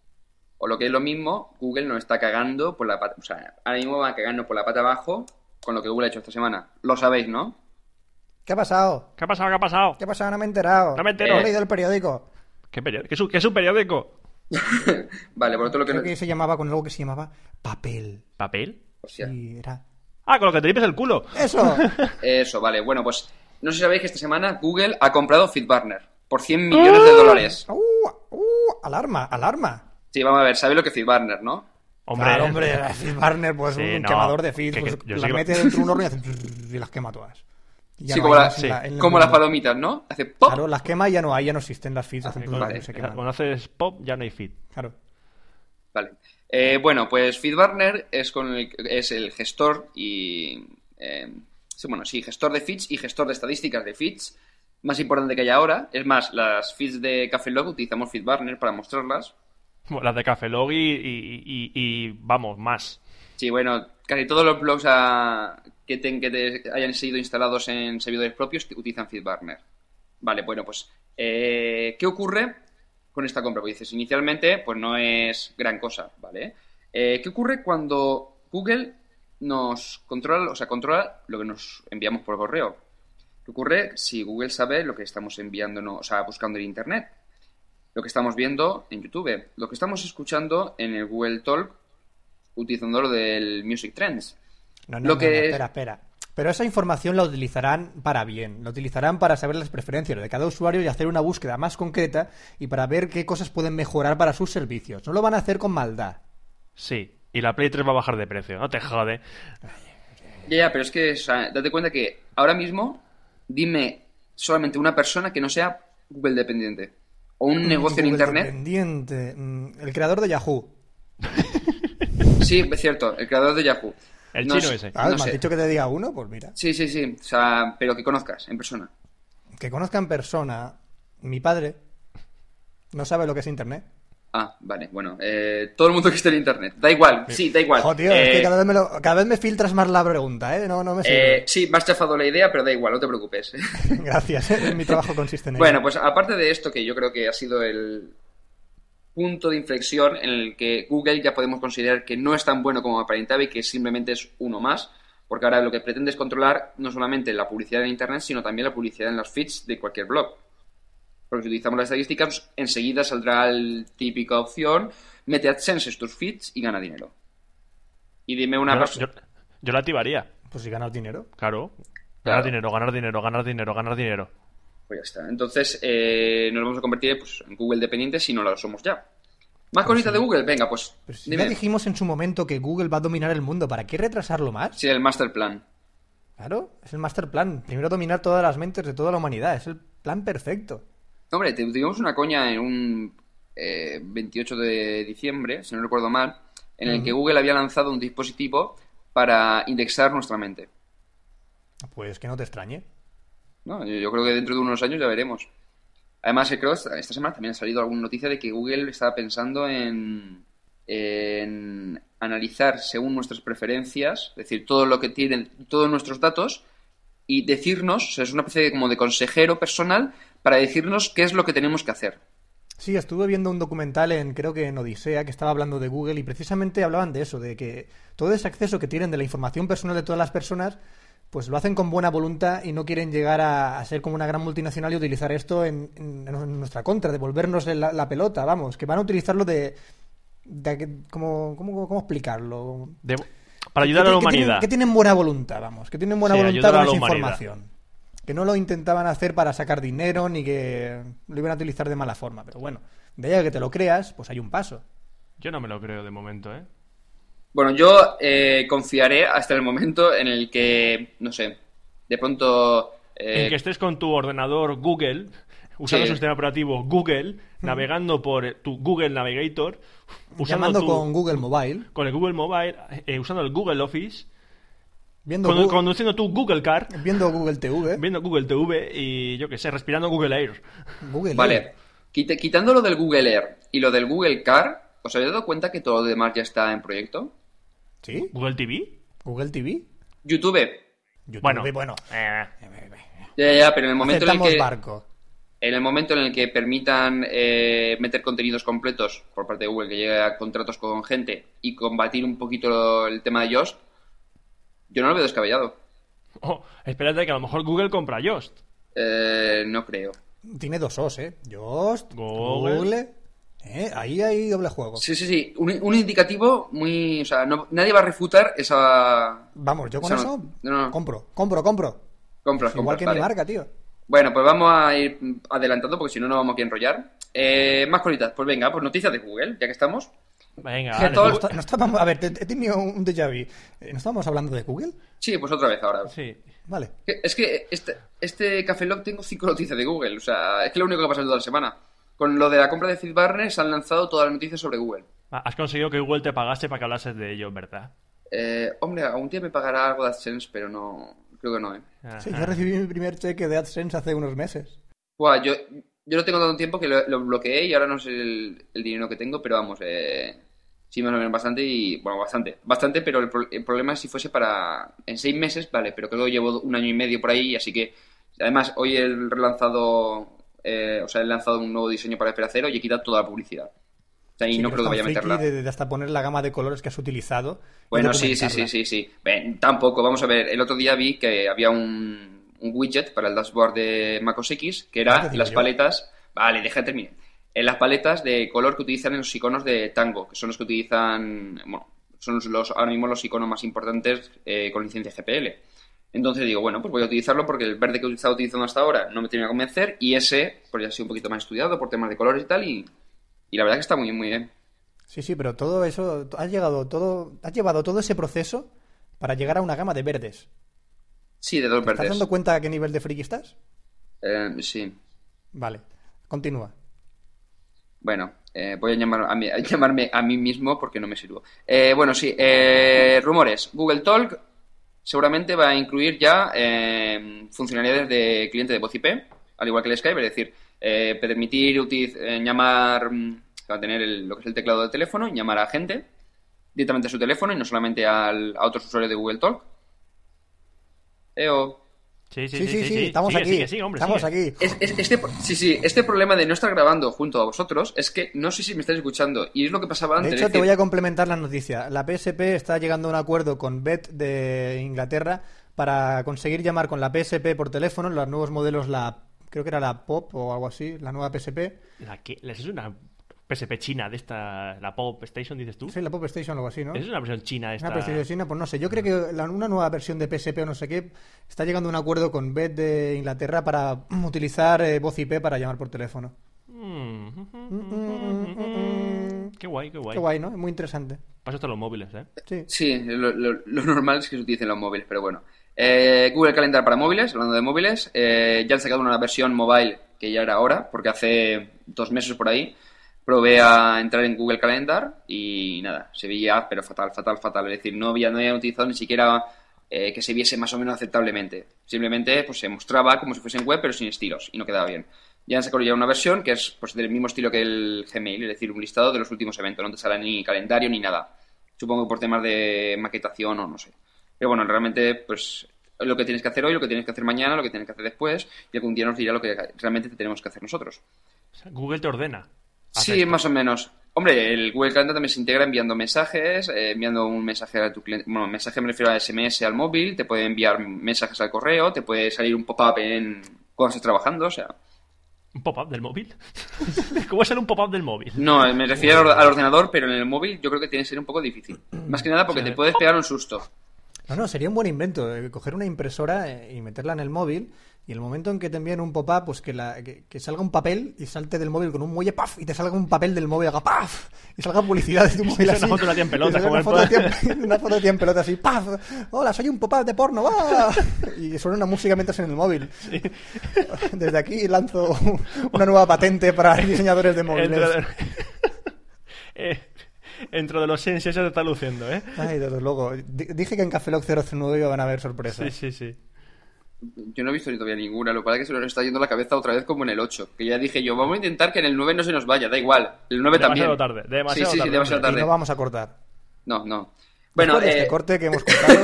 O lo que es lo mismo, Google nos está cagando por la pata. O sea, ahora mismo va cagando por la pata abajo con lo que Google ha hecho esta semana. Lo sabéis, ¿no?
¿Qué ha pasado?
¿Qué ha pasado? ¿Qué ha pasado?
¿Qué ha pasado? No me he enterado.
No me entero.
he leído el periódico.
¿Qué, periódico? ¿Qué, es un, qué es un periódico?
Vale, por otro lo que.
Creo que se llamaba con algo que se llamaba papel.
¿Papel?
Hostia.
Y era...
Ah, con lo que te limpias el culo.
¡Eso!
Eso, vale. Bueno, pues no sé si sabéis que esta semana Google ha comprado Fitbarner por 100 millones
¡Ah!
de dólares.
¡Uh! ¡Uh! ¡Alarma! ¡Alarma!
Sí, vamos a ver, ¿sabéis lo que es Fitbarner, no?
Hombre,
Claro, hombre,
Eh,
el Feed Barner, pues
Sí,
un
no.
quemador de feed.
Que- que-
pues,
yo
las
sí que-
mete dentro de un horno y, hace trrr, y las quema todas. Y ya
sí,
no
como,
hay
la-
más en
sí,
la- en el
como las
mundo.
palomitas, ¿no? Hace pop.
Claro, las quema y ya no hay, ya no existen las feeds. hace un
cuando,
trrr,
vale.
se queman.
cuando haces pop ya no hay fit.
Claro.
Vale. Eh, bueno, pues FeedBurner es, con el, es el gestor y. eh, sí, bueno, sí, gestor de feeds y gestor de estadísticas de feeds más importante que hay ahora. Es más, las feeds de Café Log utilizamos FeedBurner para mostrarlas.
Bueno, Las de Café Log y, y- y- y- vamos, más.
Sí, bueno, casi todos los blogs ah, que, ten- que te- hayan sido instalados en servidores propios que utilizan FeedBurner. Vale, bueno, pues, eh, ¿qué ocurre con esta compra? Pues dices, inicialmente, pues no es gran cosa, ¿vale? Eh, ¿Qué ocurre cuando Google nos controla, o sea, controla lo que nos enviamos por correo? ¿Qué ocurre si Google sabe lo que estamos enviándonos, o sea, buscando en Internet? Lo que estamos viendo en YouTube, lo que estamos escuchando en el Google Talk utilizando lo del Music Trends.
No, no,
Lo
no,
que-
no, espera, espera. Pero esa información la utilizarán para bien, la utilizarán para saber las preferencias de cada usuario y hacer una búsqueda más concreta y para ver qué cosas pueden mejorar para sus servicios. No lo van a hacer con maldad.
Sí. Y la Play 3 va a bajar de precio, no te jode.
Ya, ya, pero es que, o sea, date cuenta que ahora mismo, dime solamente una persona que no sea Google dependiente o un negocio en
Mm, Google
Internet.
dependiente, mm, El creador de Yahoo.
Sí, es cierto, el creador de Yahoo.
El
No
chino
sé,
ese.
Ah,
no
me
sé.
has dicho que te diga uno, pues mira.
Sí, sí, sí, o sea, pero que conozcas en persona.
Que conozca en persona, mi padre no sabe lo que es internet.
Ah, vale, bueno, eh, todo el mundo que esté en Internet, da igual, sí, da igual.
Jo, tío,
Eh,
es que cada vez, me lo- cada vez me filtras más la pregunta, ¿eh? No, no me
eh,
sirve.
sí, me has chafado la idea, pero da igual, no te preocupes.
Gracias, ¿eh? mi trabajo consiste en ello.
Bueno, pues aparte de esto, que yo creo que ha sido el punto de inflexión en el que Google ya podemos considerar que no es tan bueno como aparentaba y que simplemente es uno más, porque ahora lo que pretende es controlar no solamente la publicidad en Internet, sino también la publicidad en los feeds de cualquier blog. Porque si utilizamos las estadísticas, enseguida saldrá la típica opción, mete AdSense en tus feeds y gana dinero. Y dime una
Yo-
persona...
yo, yo la activaría,
Pues si ganas dinero.
claro.
Claro.
Ganar dinero, ganar dinero, ganar dinero, ganar dinero.
Pues ya está. Entonces, eh, nos vamos a convertir pues, en Google dependientes si no lo somos ya. Más cositas de Google, venga, pues
Ah, Pero si
dime.
ya dijimos en su momento que Google va a dominar el mundo, ¿para qué retrasarlo más?
Sí, el master plan.
Claro, es el master plan. Primero dominar todas las mentes de toda la humanidad. Es el plan perfecto.
Hombre, te- tuvimos una coña en un eh, 28 de diciembre, si no recuerdo mal, en el que Google había lanzado un dispositivo para indexar nuestra mente.
Pues que no te extrañe.
¿no? Yo, yo creo que dentro de unos años ya veremos. Además, eh, creo esta esta semana también ha salido alguna noticia de que Google estaba pensando en, en analizar según nuestras preferencias, es decir, todo lo que tienen, todos nuestros datos, y decirnos, o sea, es una especie de, como de consejero personal para decirnos qué es lo que tenemos que hacer.
Sí, estuve viendo un documental en, creo que en Odisea, que estaba hablando de Google y precisamente hablaban de eso, de que todo ese acceso que tienen de la información personal de todas las personas, pues lo hacen con buena voluntad y no quieren llegar a, a ser como una gran multinacional y utilizar esto en, en- en nuestra contra, devolvernos la, la pelota, vamos, que van a utilizarlo de... de que- como- cómo, ¿Cómo explicarlo?
De- para ayudar
Que-
a la
que tienen-
humanidad.
Que tienen, buena voluntad, vamos, que tienen buena
Sí,
voluntad
ayudar a
con
la
esa
humanidad.
información. Que no lo intentaban hacer para sacar dinero ni que lo iban a utilizar de mala forma. Pero bueno, de ahí a que te lo creas, pues hay un paso.
Yo no me lo creo de momento, ¿eh?
Bueno, yo eh, confiaré hasta el momento en el que, no sé, de pronto... eh,
En que estés con tu ordenador Google usando
Sí.
su sistema operativo Google, navegando por tu Google Navigator, usando
Mm. Llamando
tu-
con Google Mobile,
con el Google Mobile, eh, usando el Google Office,
viendo,
con-
Gu-
conduciendo tu Google Car,
viendo Google TV,
viendo Google TV y yo qué sé, respirando Google Air.
Google ¿eh?
Vale,
Air.
Quite- quitando lo del Google Air y lo del Google Car, ¿os habéis dado cuenta que todo lo demás ya está en proyecto?
¿Sí?
Google TV.
Google TV.
YouTube.
YouTube,
Bueno,
bueno.
eh,
Ya, ya, ya, pero en el momento en el
Aceptamos
que...
barco.
en el momento en el que permitan eh, meter contenidos completos por parte de Google, que llegue a contratos con gente y combatir un poquito lo- el tema de Yoast, yo no lo veo descabellado.
oh, espérate que a lo mejor Google compra Yoast.
Eh, no creo.
Tiene dos O's, ¿eh? Yoast,
Google.
Google. ¿eh? Ahí hay doble juego.
Sí, sí, sí. Un, un indicativo muy. O sea, no- nadie va a refutar esa.
Vamos, yo con
O sea,
eso
no, no, no.
compro, compro, compro.
Compras,
Igual
compras,
que
vale.
mi marca, tío.
Bueno, pues vamos a ir adelantando porque si no, no vamos aquí a enrollar. Eh, más cositas. Pues venga, pues noticias de Google, ya que estamos.
Venga,
Que
vale,
todo-
Google-
No, no estábamos, a ver, te- he tenido un déjà vu. Eh, ¿No estábamos hablando de Google?
Sí, pues otra vez ahora.
Sí.
Vale.
Que- Es que este, este Café Lock tengo cinco noticias de Google. O sea, es que lo único que ha pasado toda la semana. Con lo de la compra de Feed Barnes han lanzado todas las noticias sobre Google.
Ah, Has conseguido que Google te pagase para que hablases de ello, ¿verdad?
Eh, hombre, algún día me pagará algo de AdSense, pero no. Creo que no, ¿eh?
Ajá.
Sí, yo recibí mi primer cheque de AdSense hace unos meses.
Buah, yo, yo lo tengo tanto tiempo que lo, lo bloqueé y ahora no sé el, el dinero que tengo, pero vamos, eh, sí, más o menos bastante y. Bueno, bastante. Bastante, pero el, pro- el problema es si fuese para. En seis meses, vale, pero creo que llevo un año y medio por ahí, así que. Además, hoy he relanzado. eh, o sea, he lanzado un nuevo diseño para Espera Cero y he quitado toda la publicidad. O sea, y
Sí,
no
pero
creo que vaya a
es tan
meterla.
friki De, de hasta poner la gama de colores que has utilizado. y
Bueno, sí, sí,
documentarla.
sí, sí, sí. Ven, tampoco, vamos a ver, el otro día vi que había un, un widget para el dashboard de MacOS X, que
Ah, te
era
digo
las
yo.
paletas, vale, deja de terminar, en las paletas de color que utilizan en los iconos de Tango, que son los que utilizan, bueno, son los, los- ahora mismo los iconos más importantes eh, con licencia GPL. Entonces digo, bueno, pues voy a utilizarlo porque el verde que he estado utilizando hasta ahora no me tenía que convencer y ese, pues ya ha sido un poquito más estudiado por temas de colores y tal y, y la verdad que está muy, muy bien.
Sí, sí, pero todo eso, has, llegado todo, has llevado todo ese proceso para llegar a una gama de verdes.
Sí, de dos
¿Te ¿Estás
verdes.
dando cuenta a qué nivel de friki estás?
Eh, sí.
Vale, continúa.
Bueno, eh, voy a, llamar a, mí- a llamarme a mí mismo porque no me sirvo. Eh, bueno, sí, eh, rumores. Google Talk seguramente va a incluir ya eh, funcionalidades de cliente de voz IP, al igual que el Skype, es decir, eh, permitir utiliz- eh, llamar, mm, va a tener el- lo que es el teclado de teléfono, y llamar a gente directamente a su teléfono y no solamente al- a otros usuarios de Google Talk. Eo.
Sí, sí,
Sí, sí, sí,
sí,
estamos
Sigue,
aquí.
sigue, sigue, hombre,
estamos
sigue.
aquí.
Es- es- este, pro- sí, sí, este problema de no estar grabando junto a vosotros es que no sé si me estáis escuchando y es lo que pasaba
De
antes.
hecho,
es
te
decir,
voy a complementar la noticia. La PSP está llegando a un acuerdo con BET de Inglaterra para conseguir llamar con la PSP por teléfono, los nuevos modelos, la creo que era la Pop o algo así, la nueva PSP.
¿La que, ¿Es una PSP china de esta, la Pop Station, dices tú?
Sí, la Pop Station o algo así, ¿no?
Es una versión china de esta.
Una PlayStation China, pues no sé. Yo creo que la- una nueva versión de PSP o no sé qué está llegando a un acuerdo con BET de Inglaterra para mm, utilizar eh, voz IP para llamar por teléfono.
Mm, mm, mm,
Mm, mm, mm, mm.
Qué guay, qué guay.
Qué guay, ¿no? Es muy interesante.
Paso hasta los móviles, ¿eh?
Sí.
Sí, lo, lo- lo normal es que se utilicen los móviles, pero bueno. Eh, Google Calendar para móviles, hablando de móviles, eh, ya han sacado una versión mobile que ya era ahora, porque hace dos meses por ahí probé a entrar en Google Calendar y nada, se veía, pero fatal, fatal, fatal. Es decir, no había, no había utilizado ni siquiera eh, que se viese más o menos aceptablemente. Simplemente pues, se mostraba como si fuese en web, pero sin estilos y no quedaba bien. Ya han sacado ya una versión que es pues, del mismo estilo que el Gmail, es decir, un listado de los últimos eventos, no te sale ni calendario ni nada supongo que por temas de maquetación o no sé. Pero bueno, realmente, pues lo que tienes que hacer hoy, lo que tienes que hacer mañana, lo que tienes que hacer después, y algún día nos dirá lo que realmente tenemos que hacer nosotros.
O sea, Google te ordena. Haz
Sí,
esto.
más o menos. Hombre, el Google Calendar también se integra enviando mensajes, eh, enviando un mensaje a tu cliente, bueno, mensaje me refiero a SMS al móvil, te puede enviar mensajes al correo, te puede salir un pop-up en cuando estás trabajando, o sea.
¿Un pop-up del móvil? ¿Cómo es un pop-up del móvil?
No, me refiero al or- al ordenador, pero en el móvil yo creo que tiene que ser un poco difícil. Más que nada porque
Sí.
te puedes pegar un susto.
No, no, sería un buen invento, eh, coger una impresora eh, y meterla en el móvil y el momento en que te envíen un pop-up, pues que, la, que, que salga un papel y salte del móvil con un muelle, ¡paf! Y te salga un papel del móvil, haga ¡paf! Y salga publicidad de tu móvil
una
así.
foto de la tía en
Y
pelotas,
salga
como
una
el
foto, de
poder.
tía en- una foto de tía en pelota así, ¡paf! ¡Hola, soy un pop-up de porno! ¡va! Y suena una música mientras en el móvil. Desde aquí lanzo una nueva patente para diseñadores de móviles.
Dentro de... Eh, dentro de los 100 se te está luciendo, ¿eh?
Ay, desde luego. Di- Dije que en Café Lock 009 iban a haber sorpresas.
Sí, sí, sí.
Yo no he visto ni todavía ninguna, lo que pasa es que se nos está yendo la cabeza otra vez como en el 8. Que ya dije yo, vamos a intentar que en el 9 no se nos vaya, da igual. El 9
Demasiado
también.
tarde, demasiado
sí, sí,
tarde,
Sí, demasiado
hombre.
Y
tarde.
no vamos a cortar.
No, no. Bueno,
Después de
eh,
este corte que hemos cortado.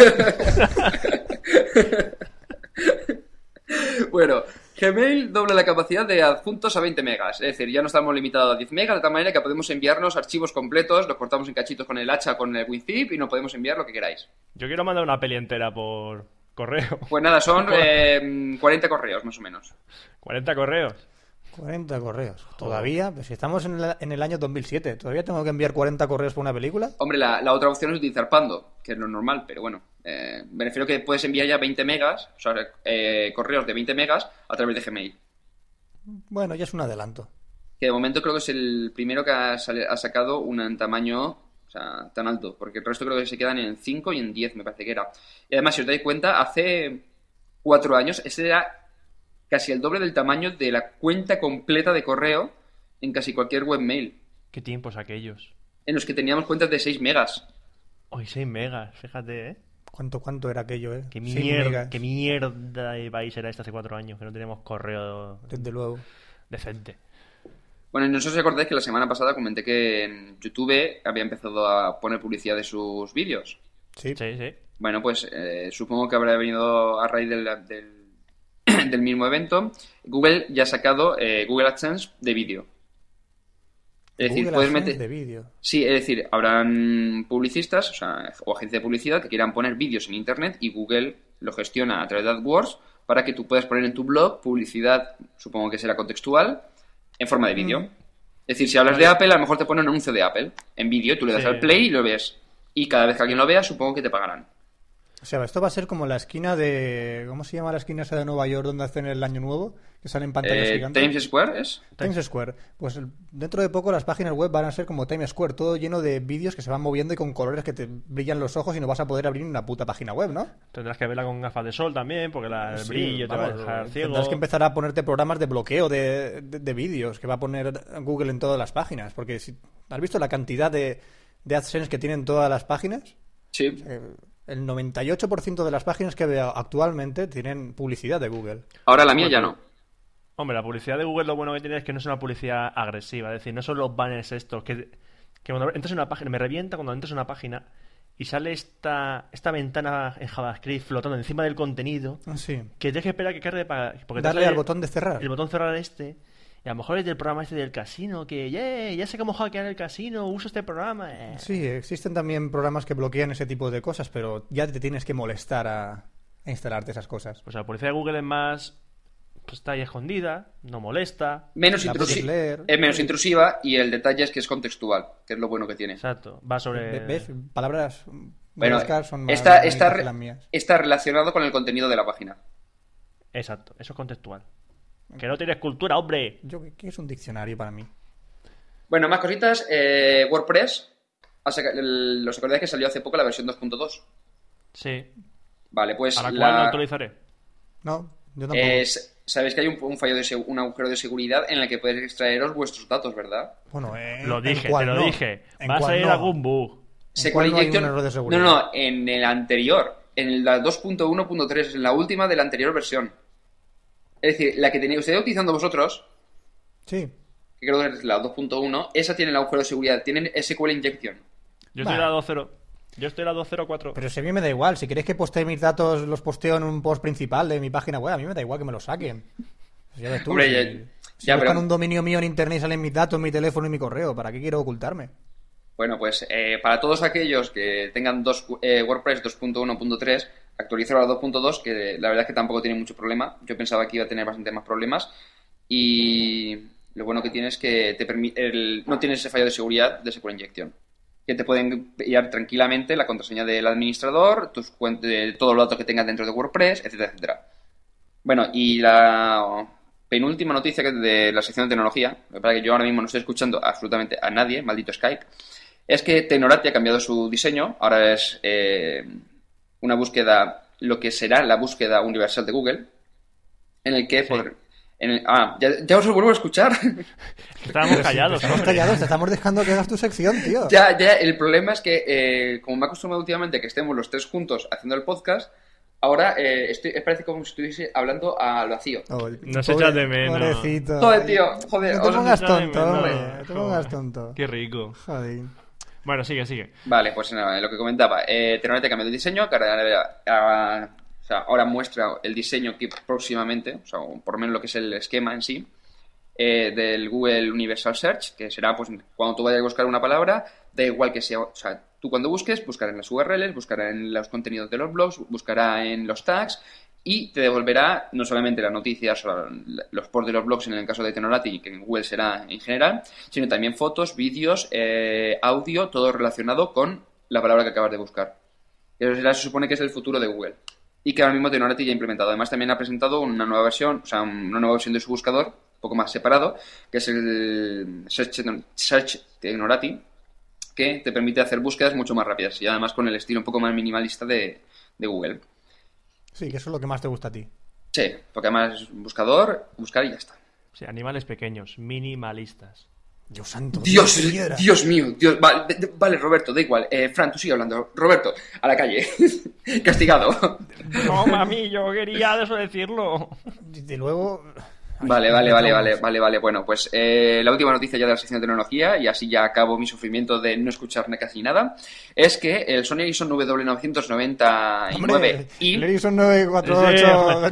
bueno, Gmail dobla la capacidad de adjuntos a 20 megas. Es decir, ya no estamos limitados a 10 megas, de tal manera que podemos enviarnos archivos completos, los cortamos en cachitos con el hacha, con el WinZip y nos podemos enviar lo que queráis.
Yo quiero mandar una peli entera por correo.
Pues nada, son eh, 40 correos más o menos.
40 correos.
40 correos. Todavía, pues si estamos en, la- en el año 2007, ¿todavía tengo que enviar 40 correos por una película?
Hombre, la, la otra opción es utilizar Pando, que es lo normal, pero bueno. eh, me refiero que puedes enviar ya 20 megas, o sea, eh, correos de 20 megas a través de Gmail.
Bueno, ya es un adelanto.
Que de momento creo que es el primero que ha, sale- ha sacado un en tamaño o sea, tan alto, porque el resto creo que se quedan en 5 y en 10, me parece que era. Y además, si os dais cuenta, hace 4 años ese era casi el doble del tamaño de la cuenta completa de correo en casi cualquier webmail,
Qué tiempos aquellos.
en los que teníamos cuentas de 6 megas.
Hoy 6 megas, fíjate, ¿eh?
¿Cuánto, cuánto era aquello, eh?
Qué
Seis megas,
mierda, qué mierda de país era este hace 4 años, que no teníamos correo
Desde luego.
decente.
Bueno, y no sé si os acordáis que la semana pasada comenté que en YouTube había empezado a poner publicidad de sus vídeos.
Sí.
Sí, sí.
Bueno, pues eh, supongo que habrá venido a raíz del, del- del mismo evento. Google ya ha sacado eh, Google AdSense de vídeo. Es decir,
Google
puedes
AdSense
meter.
de vídeo.
Sí, es decir, habrán publicistas, o sea, o agencias de publicidad que quieran poner vídeos en internet y Google lo gestiona a través de AdWords para que tú puedas poner en tu blog publicidad, supongo que será contextual, en forma de vídeo. Es decir, si hablas de Apple, a lo mejor te ponen un anuncio de Apple en vídeo, tú le das
Sí.
al play y lo ves. Y cada vez que alguien lo vea, supongo que te pagarán.
O sea, esto va a ser como la esquina de... ¿Cómo se llama la esquina esa de Nueva York donde hacen el año nuevo? Que salen pantallas
Eh,
gigantes.
Times Square es.
Times Square. Pues el- dentro de poco las páginas web van a ser como Times Square, todo lleno de vídeos que se van moviendo y con colores que te brillan los ojos y no vas a poder abrir ni una puta página web, ¿no?
Tendrás que verla con gafas de sol también, porque la, el
Sí,
brillo te va a
vamos,
dejar ciego.
Tendrás que empezar a ponerte programas de bloqueo de, de- de vídeos que va a poner Google en todas las páginas, porque si has visto la cantidad de, de AdSense que tienen todas las páginas,
Sí.
Eh, el 98% de las páginas que veo actualmente tienen publicidad de Google.
Ahora la mía ya no.
Hombre, la publicidad de Google lo bueno que tiene es que no es una publicidad agresiva, es decir, no son los banners estos que, que cuando entras en una página, me revienta cuando entras en una página y sale esta, esta ventana en JavaScript flotando encima del contenido
Sí.
que tienes que esperar a que cargue para porque te
Darle
sale
al botón de cerrar.
El botón cerrar este. Y a lo mejor es del programa este del casino, que "Yeah, ya sé cómo hackear el casino, uso este programa. eh".
Sí, existen también programas que bloquean ese tipo de cosas, pero ya te tienes que molestar a, a instalarte esas cosas.
Pues la publicidad de Google es más. Pues está ahí escondida, no molesta.
Menos,
La
intrusi-
puedes leer.
es menos intrusiva y el detalle es que es contextual, que es lo bueno que tiene.
Exacto, va sobre.
Ve- ¿Ves? Palabras
Bueno,
vascas son más
está,
bonitas
está,
que
re-
las mías.
está relacionado con el contenido de la página.
Exacto, eso es contextual. Que no tienes cultura, hombre.
Yo, ¿Qué es un diccionario para mí?
Bueno, más cositas. eh, WordPress, ha saca- el- los acordáis que salió hace poco la versión 2.2.
Sí.
Vale, pues
A la,
la-
cual no actualizaré.
No, yo tampoco.
eh, s- sabéis que hay un, un fallo de seg- un agujero de seguridad en el que podéis extraeros vuestros datos, ¿verdad?
Bueno, eh,
Lo
¿en
dije, te
cuál
lo
no?
dije.
¿En
Va a
cuál
salir
no?
algún bug.
SQL
cuál no hay
Injection-
un error de seguridad?
No, no, en el anterior, en la 2.1.3, en la última de la anterior versión. Es decir, la que tenéis, estáis utilizando vosotros,
Sí.
que creo que es la 2.1, esa tiene el agujero de seguridad, tienen SQL Injection.
Yo estoy
Vale.
a la 2.0. Yo estoy a la 2.04.
Pero si a mí me da igual, si queréis que postee mis datos, los posteo en un post principal de mi página web, a mí me da igual que me los saquen. Pues ya ves tú,
Hombre,
si,
ya-
si
ya,
buscan
pero-
un dominio mío en internet y salen mis datos, mi teléfono y mi correo, ¿para qué quiero ocultarme?
Bueno, pues eh, para todos aquellos que tengan dos, eh, WordPress 2.1.3, actualizo a la 2.2, que la verdad es que tampoco tiene mucho problema. Yo pensaba que iba a tener bastante más problemas. Y lo bueno que tiene es que te permi- el- no tienes ese fallo de seguridad de SQL Injection. que te pueden pillar tranquilamente la contraseña del administrador, tus cuen- de todos los datos que tengas dentro de WordPress, etcétera, etcétera. Bueno, y la penúltima noticia que de la sección de tecnología, para que yo ahora mismo no estoy escuchando absolutamente a nadie, maldito Skype, es que Tecnorati ha cambiado su diseño, ahora es eh, una búsqueda, lo que será la búsqueda universal de Google, en el que... podr- en el- ah, ya, ya os vuelvo a escuchar.
Estábamos callados,
Estamos
hombre.
callados, te estamos dejando que hagas tu sección, tío.
Ya, ya, el problema es que, eh, como me he acostumbrado últimamente a que estemos los tres juntos haciendo el podcast, ahora eh, estoy, parece como si estuviese hablando al vacío.
Oh, el-
Nos echas de menos.
Pobrecito.
Joder, tío, joder,
No te
os-
pongas
Ya de
tonto,
menos.
hombre, No te pongas tonto.
Qué rico.
Joder.
Bueno, sigue, sigue.
Vale, pues nada, lo que comentaba. Eh, Tecnorete ha cambiado el diseño, que ahora, ah, o sea, ahora muestra el diseño que próximamente, o sea, o por lo menos lo que es el esquema en sí, eh, del Google Universal Search, que será pues cuando tú vayas a buscar una palabra, da igual que sea, o sea, tú cuando busques, buscará en las URLs, buscará en los contenidos de los blogs, buscará en los tags y te devolverá no solamente las noticias o la- los posts de los blogs en el caso de Tenorati, que en Google será en general, sino también fotos, vídeos, eh, audio, todo relacionado con la palabra que acabas de buscar. Eso será- se supone que es el futuro de Google. Y que ahora mismo Tenorati ya ha implementado. Además, también ha presentado una nueva versión, o sea, una nueva versión de su buscador, un poco más separado, que es el Search, Search Tenorati, que te permite hacer búsquedas mucho más rápidas y además con el estilo un poco más minimalista de, de Google.
Sí, que eso es lo que más te gusta a ti.
Sí, porque además es un buscador, buscar y ya está.
O sea, animales pequeños, minimalistas.
Dios santo.
Dios,
qué piedra.
Dios mío, Dios, vale, de- de- vale, Roberto, da igual. Eh, Fran, tú sigue hablando. Roberto, a la calle. Castigado.
No, mami, yo quería eso decirlo.
Y luego. Ay,
Vale, vale,
no
vale,
estamos.
vale, vale, vale. Bueno, pues eh, la última noticia ya de la sección de tecnología, y así ya acabo mi sufrimiento de no escucharme casi nada, es que el Sony Ericsson
Hombre,
W999i
el
y...
Ericsson
Ese, hombre,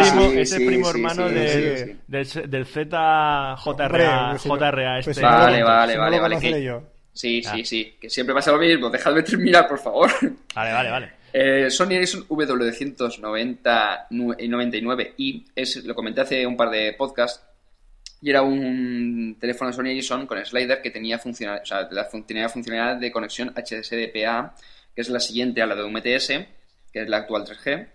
ese
90.
sí,
primo,
sí,
ese
sí,
primo
sí,
hermano
sí,
del,
sí.
del, del ZJRA
Hombre, si no-
JRA
pues
este.
si no lo conoces, si
Vale, vale,
no
vale,
lo
vale,
conoceré
que-
yo.
Sí, sí,
Ah.
sí, que siempre pasa lo mismo. Dejadme terminar, por favor.
vale, vale, vale.
Eh, Sony Ericsson eh, W299i es, lo comenté hace un par de podcasts, y era un teléfono Sony Ericsson con slider que tenía funcional, o sea, la fun- tenía funcionalidad de conexión HSDPA, que es la siguiente a la de UMTS, que es la actual 3G.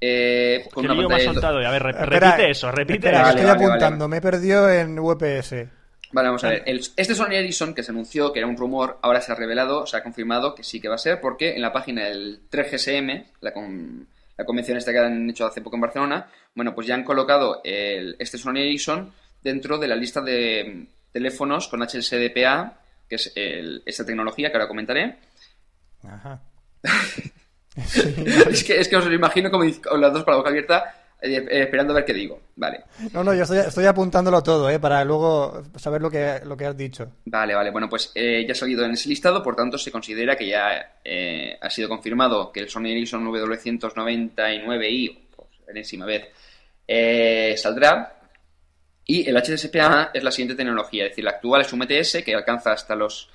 Eh, con
Qué
una
lío me ha
pantalla de-
soltado. A ver, re-
Espera, eh,
repite eso, repite
espera, que
eso.
Vale,
estoy
vale, vale,
apuntando, me perdió en VPS.
Vale, vamos a ver. El- este Sony Ericsson que se anunció que era un rumor, ahora se ha revelado, se ha confirmado que sí que va a ser, porque en la página del 3GSM, la, con- la convención esta que han hecho hace poco en Barcelona, bueno, pues ya han colocado el, este Sony Ericsson dentro de la lista de mm, teléfonos con HSDPA, que es el- esta tecnología que ahora comentaré.
Ajá.
es, que, es que os lo imagino como dic- con las dos con la boca abierta, eh, eh, esperando a ver qué digo. Vale.
No, no, yo estoy, estoy apuntándolo todo, ¿eh? Para luego saber lo que, lo que has dicho.
Vale, vale. Bueno, pues eh, ya ha salido en ese listado, por tanto se considera que ya eh, ha sido confirmado que el Sony Ericsson W999i, por pues, enésima vez, eh, saldrá. Y el HDSPA es la siguiente tecnología, es decir, la actual es UMTS, que alcanza hasta los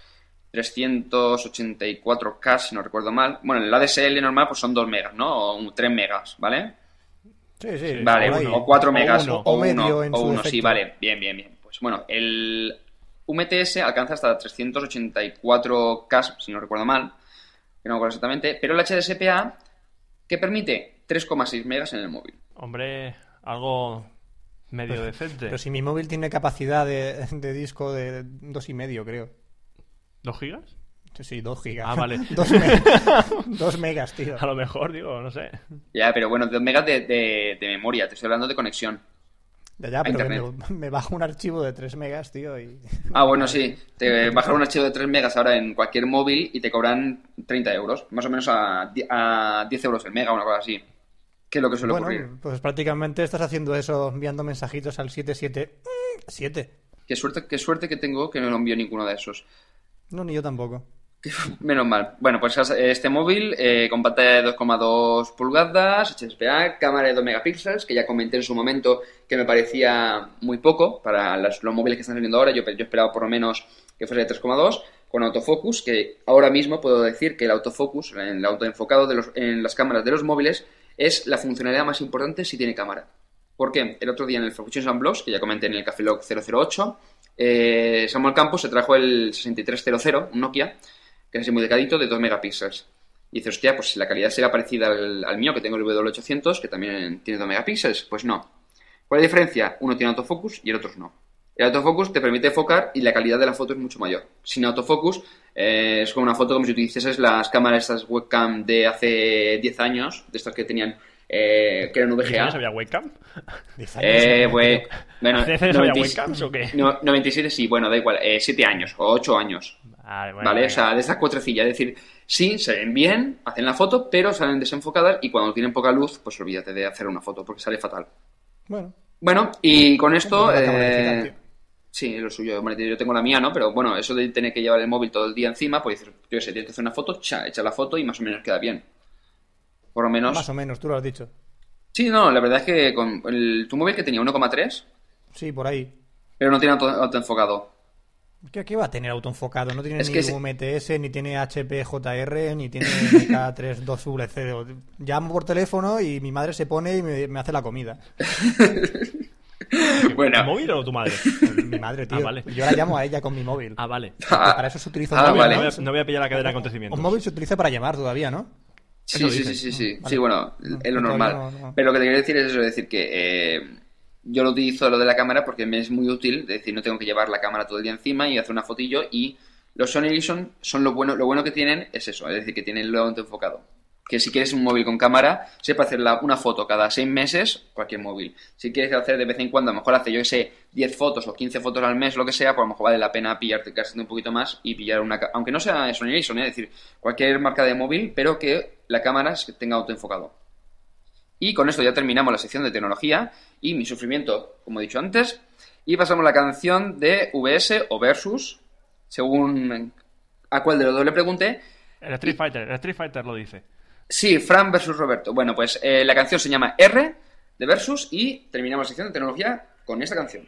384K, si no recuerdo mal. Bueno, el ADSL normal pues son 2 megas, ¿no? O 3 megas, ¿ale?
Sí, sí.
Vale,
por ahí.
o 4 megas,
uno,
o,
o
o uno,
medio en
o
su
uno, sí,
defecto.
vale, bien, bien, bien. Pues bueno, el UMTS alcanza hasta 384K, si no recuerdo mal, que no me acuerdo exactamente, pero el HDSPA, que permite 3,6 megas en el móvil.
Hombre, algo medio decente.
Pero si mi móvil tiene capacidad de, de disco de dos y medio, creo.
¿Dos gigas?
Sí, Sí, dos gigas.
Ah, vale.
dos, me- dos megas, tío.
A lo mejor, digo, no sé.
Ya, pero bueno, 2 megas de, de- de memoria, te estoy hablando de conexión.
Ya, ya, pero que
internet.
me, me bajo un archivo de tres megas, tío, y...
Ah, bueno, sí, te bajan un archivo de 3 megas ahora en cualquier móvil y te cobran 30 euros, más o menos a, die- a 10 euros el mega, una cosa así, que es lo que suele
Bueno,
ocurrir.
pues prácticamente estás haciendo eso, enviando mensajitos al Mm, 77... 7.
Qué suerte, qué suerte que tengo que no lo envío ninguno de esos.
No, ni yo tampoco.
Menos mal. Bueno, pues este móvil eh, con pantalla de 2,2 pulgadas, HSPA, cámara de 2 megapíxeles, que ya comenté en su momento que me parecía muy poco para las- los móviles que están saliendo ahora. Yo, yo esperaba por lo menos que fuese de 3,2 con autofocus, que ahora mismo puedo decir que el autofocus, el autoenfocado de los- en las cámaras de los móviles, es la funcionalidad más importante si tiene cámara. ¿Por qué? El otro día en el Functions and Blogs, que ya comenté en el Café Log 008, eh, Samuel Campos se trajo el 6300, un Nokia, que es así muy delgadito, de 2 megapíxeles. Y dice, hostia, pues si la calidad será parecida al, al mío, que tengo el W800, que también tiene 2 megapíxeles. Pues no. ¿Cuál es la diferencia? Uno tiene autofocus y el otro no. El autofocus te permite enfocar y la calidad de la foto es mucho mayor. Sin autofocus eh, es como una foto como si utilizases las cámaras, estas webcam de hace 10 años, de estas que tenían, eh, que eran
¿Ya
VGA.
sabía webcam?
Diez años,
Eh,
¿no?
güey, bueno,
¿Hace años había
90
webcams o qué?
no, 97 sí, bueno, da igual, 7 años o 8 años,
Vale, bueno,
¿vale?
venga.
O sea, de estas cuatrecillas, es decir, sí, se ven bien, hacen la foto, pero salen desenfocadas y cuando tienen poca luz, pues olvídate de hacer una foto porque sale fatal.
Bueno,
Bueno, y con esto...
Una cámara
eh,
digital, tío.
sí, lo suyo. bueno, Yo tengo la mía, ¿no? Pero bueno, eso de tener que llevar el móvil todo el día encima, pues dices, yo qué sé, tienes que hacer una foto, cha, echa la foto y más o menos queda bien. Por lo menos...
más o menos, tú lo has dicho.
Sí, no, la verdad es que con el, tu móvil que tenía 1,3,
Sí, por ahí.
pero no tiene auto- autoenfocado.
¿Qué, qué va a tener autoenfocado? No tiene
Es
ni
que se-
UMTS, ni tiene HPJR, ni tiene MK32VLC. o- Llamo por teléfono y mi madre se pone y me, me hace la comida.
¿Tu
Bueno,
móvil o tu madre?
Mi madre, tío.
Ah, vale.
Yo la llamo a ella con mi móvil.
Ah, vale.
Ah,
Para eso se utiliza un
ah,
móvil.
vale.
No
¿no?
voy, a, no voy a pillar la cadena de acontecimientos.
Un móvil se utiliza para llamar todavía, ¿no?
Sí,
Eso
sí, sí,
dicen.
sí, sí.
vale.
Sí, bueno,
No,
es lo
todavía
normal.
Ah, no, no.
Pero lo que te quiero decir es eso, es decir que eh, yo lo utilizo lo de la cámara porque me es muy útil, es decir, no tengo que llevar la cámara todo el día encima y hacer una fotillo y los Sony Ericsson son lo bueno, lo bueno que tienen es eso, es decir, que tienen lo autoenfocado. Que si quieres un móvil con cámara, sepa hacer la- una foto cada seis meses, cualquier móvil. Si quieres hacer de vez en cuando, a lo mejor hace, yo que sé, 10 fotos o 15 fotos al mes, lo que sea, pues a lo mejor vale la pena pillarte gastando un poquito más y pillar una... ca- Aunque no sea Sony Ericsson, ¿eh? es decir, cualquier marca de móvil, pero que la cámara se tenga autoenfocado. Y con esto ya terminamos la sección de tecnología y mi sufrimiento, como he dicho antes. Y pasamos a la canción de VS o Versus, según a cuál de los dos le pregunte.
El Street Fighter, el Street Fighter lo dice.
Sí, Fran versus Roberto. Bueno, pues eh, la canción se llama R de Versus y terminamos la sección de tecnología con esta canción.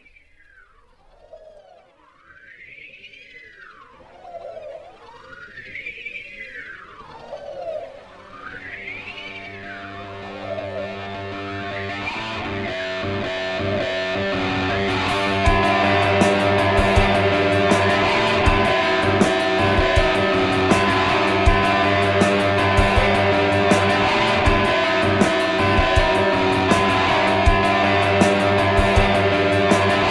Thank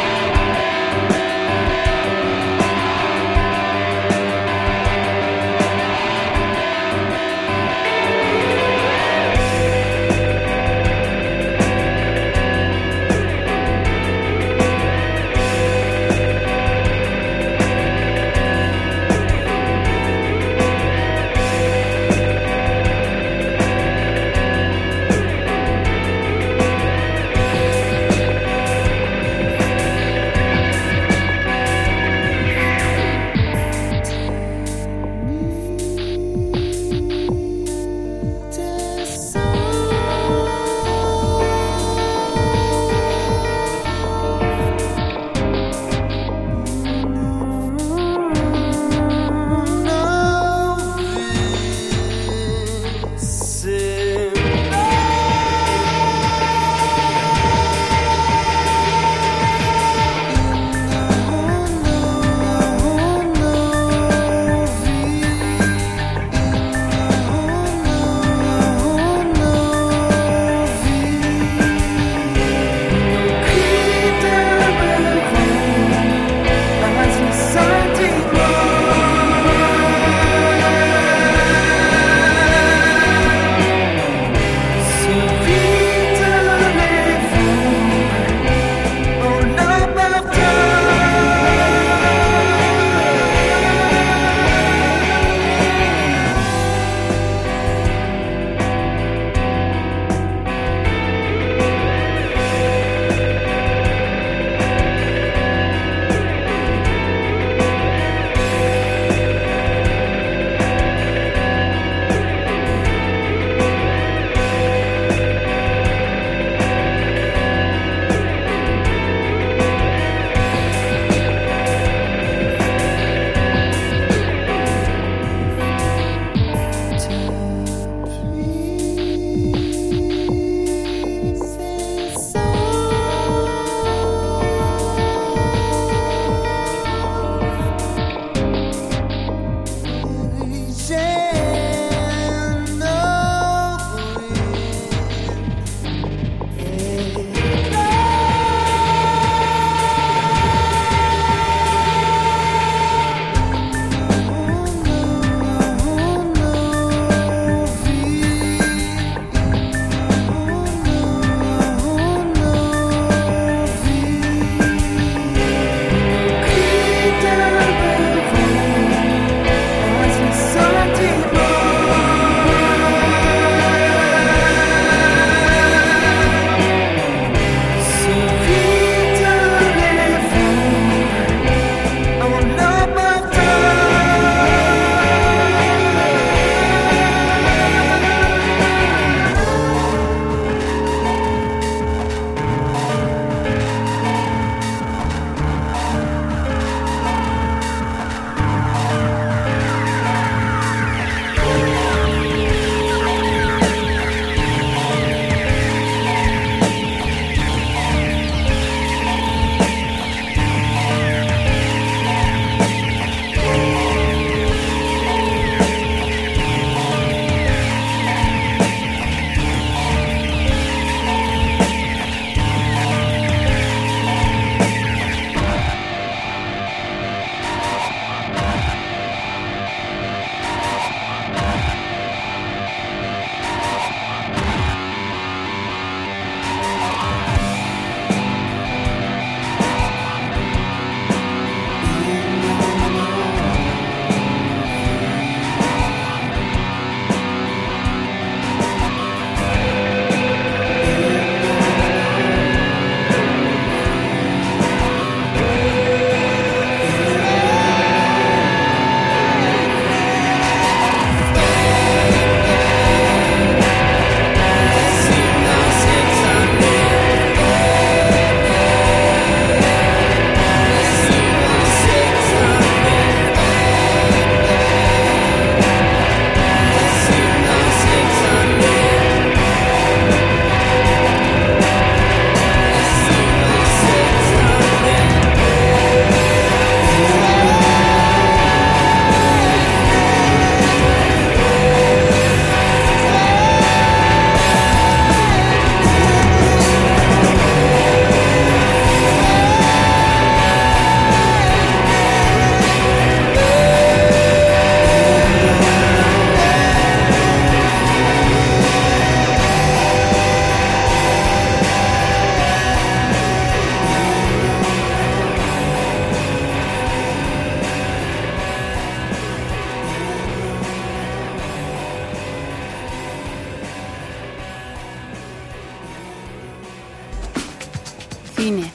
Cine.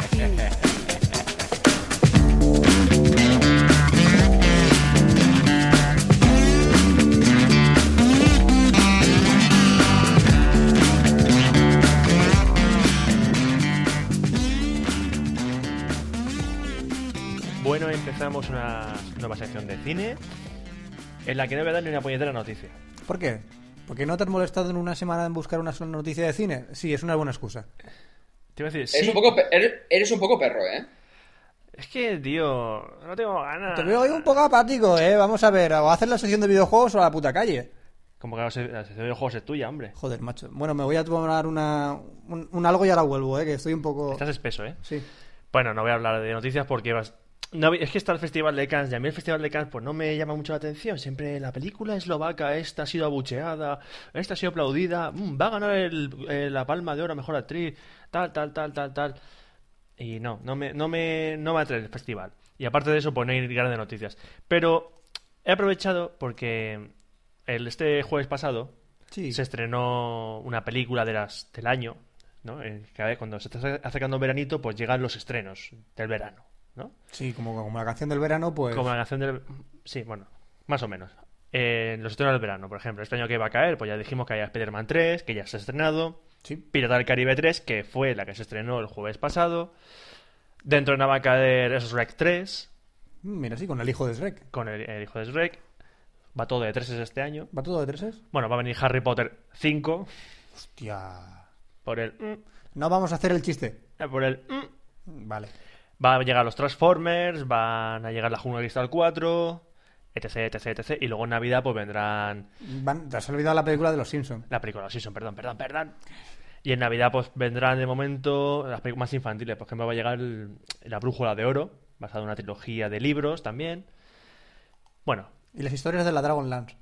Bueno, empezamos una nueva sección de cine en la que no voy a dar ni una puñetera noticia.
¿Por qué? ¿Porque no te has molestado en una semana en buscar una sola noticia de cine? Sí, es una buena excusa.
Te iba a decir,
Eres,
sí,
un poco, pe- eres, eres un poco perro, ¿eh?
es que, tío, no tengo ganas.
Te veo hoy un poco apático, ¿eh? Vamos a ver, o haces la sesión de videojuegos o a la puta calle.
Como que la se- la sección de juegos es tuya, hombre.
Joder, macho. Bueno, me voy a tomar una, un, un algo y ahora vuelvo, ¿eh? Que estoy un poco...
Estás espeso, ¿eh?
Sí.
Bueno, no voy a hablar de noticias porque vas... no hab- es que está el Festival de Cannes y a mí el Festival de Cannes pues no me llama mucho la atención. Siempre la película eslovaca, esta ha sido abucheada, esta ha sido aplaudida, mm, va a ganar el- eh, la Palma de Oro a Mejor Actriz, tal, tal, tal, tal, tal. Y no, no me, no me, no me atrae el festival. Y aparte de eso, pues no hay grandes noticias. Pero he aprovechado porque el, este jueves pasado,
Sí.
se estrenó una película de las, del año, ¿no? Eh, Cada vez cuando se está acercando el veranito, pues llegan los estrenos del verano, ¿no?
Sí, como, como la canción del verano, pues...
Como la canción del... Sí, bueno, más o menos. Eh, los estrenos del verano, por ejemplo. Este año que va a caer, pues ya dijimos que había Spider-Man 3, que ya se ha estrenado.
Sí.
Pirata del Caribe 3, que fue la que se estrenó el jueves pasado. Dentro de una va a caer Shrek 3,
Mm, Mira, sí, con el hijo de Shrek.
con el, el hijo de Shrek. Va todo de treses este año.
¿Va todo de treses?
Bueno, va a venir Harry Potter 5
Hostia...
por el... mm,
No vamos a hacer el chiste.
eh, por el... mm.
Vale.
Va a llegar los Transformers, van a llegar la Jungla de Cristal 4, etc, etc, etc. Y luego en Navidad pues vendrán
Van- te has olvidado la película de los Simpsons.
la película de los Simpsons, perdón, perdón, perdón. Y en Navidad pues vendrán de momento las películas más infantiles. Por ejemplo va a llegar el- La Brújula de Oro, basada en una trilogía de libros también. Bueno,
Y las historias de la Dragonlance.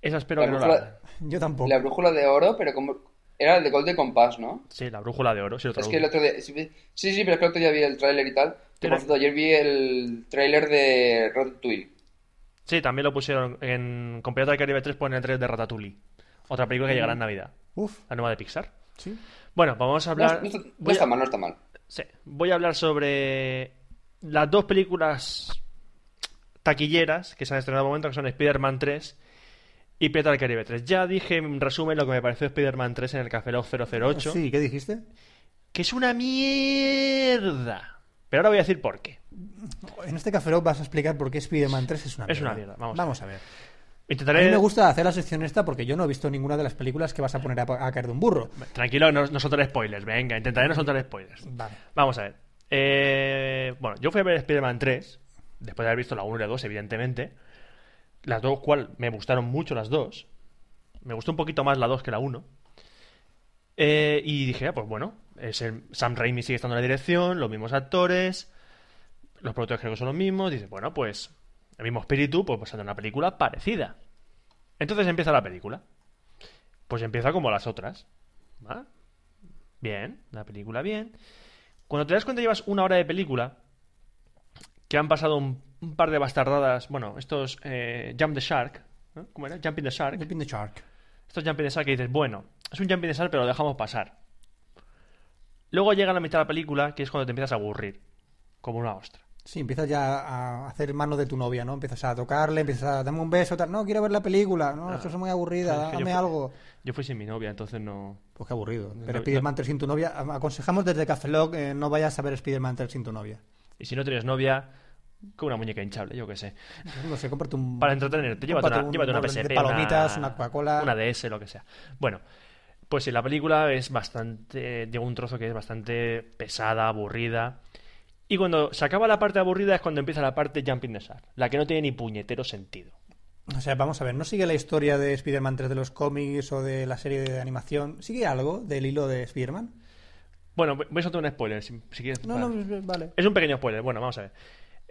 esa espero
La
que no la
brújula-
hagan.
Yo tampoco.
La brújula de oro, pero como... Era el de Gol de Compás, ¿no?
Sí, La Brújula de Oro, sí lo
Es que el
traduzco.
otro día... Sí, sí, sí, pero es que el otro día vi el tráiler y tal. Que,
Era-
por cierto, ayer vi el tráiler de Ratatouille.
Sí, también lo pusieron en con Pirata del Caribe 3 ponen el 3 de Ratatouille. Otra película que
Mm.
llegará en Navidad,
Uf,
la nueva de Pixar.
sí.
Bueno, pues vamos a
No,
hablar...
no está, no
voy a-
está mal, no está mal.
Sí, voy a hablar sobre las dos películas taquilleras que se han estrenado al momento, que son Spider-Man 3 y Pirata del Caribe 3. Ya dije en resumen lo que me pareció Spider-Man 3 en el Café Lock 008,
Sí, ¿qué dijiste?
que es una mierda. Pero ahora voy a decir por qué.
En este café Lock vas a explicar por qué Spider-Man 3 es una mierda.
Es una mierda, vamos
a ver. A
Intentaré...
mí me gusta hacer la sección esta porque yo no he visto ninguna de las películas que vas a poner a, a caer de un burro.
Tranquilo, no, no soltar spoilers. Venga, intentaré no soltar spoilers.
Vale.
Vamos a ver. Eh, bueno, yo fui a ver Spider-Man 3, después de haber visto la 1 y la 2, evidentemente. Las dos, cual me gustaron mucho las dos. Me gustó un poquito más la 2 que la 1. Eh, y dije, ah, pues bueno, es el- Sam Raimi sigue estando en la dirección, los mismos actores, los productores creo que son los mismos. Dice, bueno, pues el mismo espíritu, pues pasando una película parecida. Entonces empieza la película. Pues empieza como las otras. ¿va? Bien, la película bien. Cuando te das cuenta llevas una hora de película, que han pasado un, un par de bastardadas, bueno, estos eh, Jump the Shark, ¿no? ¿cómo era? Jumping the Shark.
Jumping the Shark.
Estos jumping the shark que dices, bueno, es un jumping the shark, pero lo dejamos pasar. Luego llega la mitad de la película, que es cuando te empiezas a aburrir, como una ostra.
Sí, empiezas ya a hacer mano de tu novia, ¿no? Empiezas a tocarle, empiezas a darme un beso, tal. No, quiero ver la película. No, esto es muy aburrida,
Ah. Es que yo
dame
fui-
algo.
Yo fui sin mi novia, entonces no.
Pues qué aburrido.
no-
Pero Spider-Man 3 sin tu novia. Aconsejamos desde Café Lock, eh, no vayas a ver Spider-Man 3 sin tu novia.
Y si no tienes novia, con una muñeca hinchable, yo qué sé.
No sé, cómprate un.
Para entretenerte, llévate
cómprate
una,
un
llévate una
molde de
PSP,
palomitas, una Coca-Cola.
una DS, lo que sea. Bueno, pues sí, la película es bastante. Llega un trozo que es bastante pesada, aburrida. Y cuando se acaba la parte aburrida es cuando empieza la parte Jumping the Shark, la que no tiene ni puñetero sentido.
O sea, vamos a ver, no sigue la historia de Spider-Man 3 de los cómics o de la serie de animación. ¿Sigue algo del hilo de Spider-Man?
Bueno, voy voy a soltar un spoiler, si, si quieres.
No,
vale.
no, vale.
Es un pequeño spoiler, bueno, vamos a ver.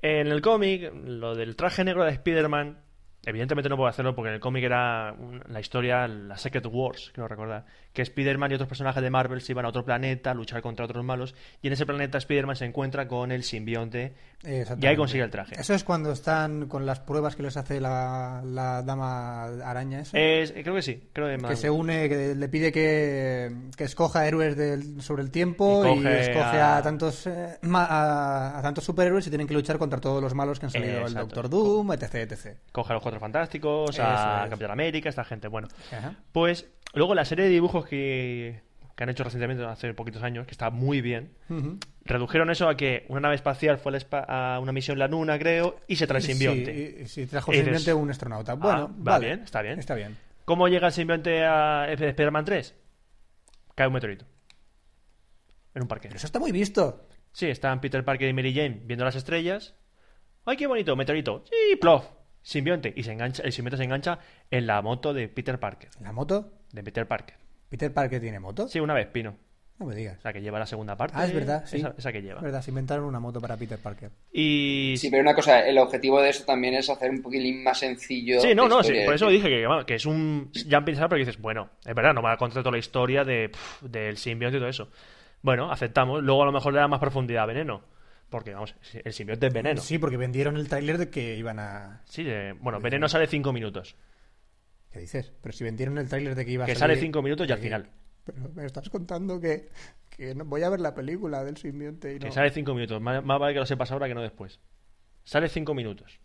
En el cómic, lo del traje negro de Spider-Man Evidentemente no puedo hacerlo porque en el cómic era un- la historia, la Secret Wars, creo recordar, que Spider-Man y otros personajes de Marvel se iban a otro planeta a luchar contra otros malos y en ese planeta Spider-Man se encuentra con el simbionte
Exactamente.
y ahí consigue el traje.
Eso es cuando están con las pruebas que les hace la, la dama araña esa.
Es- creo que sí, creo que,
que
más-
se une, que le pide que, que escoja héroes del- sobre el tiempo
Y
y,
coge
escoge
a-
a, tantos eh, ma- a, a tantos superhéroes y tienen que luchar contra todos los malos que han salido, el
Eh, Exacto.
Doctor Doom, etc, etc.
coge a los Cuatro Fantásticos,
Eso
a
es.
Capitán América, esta gente. Bueno,
Ajá.
pues luego la serie de dibujos que, que han hecho recientemente, hace poquitos años, que está muy bien,
Ujú.
redujeron eso a que una nave espacial fue al espa- a una misión en la Luna, creo, y se trae el simbionte.
Sí, y- y si trajo
Y dices,
simbionte un astronauta.
"Ah,
Bueno,
va
vale.
bien, está bien".
Está bien.
¿Cómo llega el simbionte a Sp- Spider-Man 3? Cae un meteorito. En un parque.
Pero eso está muy visto.
Sí, están Peter Parker y Mary Jane viendo las estrellas. ¡Ay, qué bonito! Meteorito. ¡Sí, plof! Simbionte. Y se engancha, el simbionte se engancha en la moto de Peter Parker.
¿La moto?
De Peter Parker.
¿Peter Parker tiene moto?
Sí, una vez pino.
No me digas.
La que lleva la segunda parte.
Ah, es verdad, sí.
Esa, esa que lleva.
Es verdad, se inventaron una moto para Peter Parker.
Y.
Sí, pero una cosa, el objetivo de eso también es hacer un poquitín más sencillo.
Sí, no,
la
no, sí,
historia,
por
es
eso
decir,
dije que, bueno, que es un jumping start, pero que dices, bueno, es verdad, no va a contar toda la historia de, pf, del simbionte y todo eso. Bueno, aceptamos. Luego a lo mejor le da más profundidad a Veneno. Porque, vamos, el simbionte es Veneno.
Sí, porque vendieron el tráiler de que iban a...
Sí, de- bueno, Veneno sale 5 minutos.
¿Qué dices? Pero si vendieron el tráiler de que iba a
Que
salir-
sale 5 minutos y al final.
Pero me estás contando que, que no- voy a ver la película del simbionte y no...
Que sale 5 minutos. Más, más vale que lo sepas ahora que no después. Sale 5 minutos.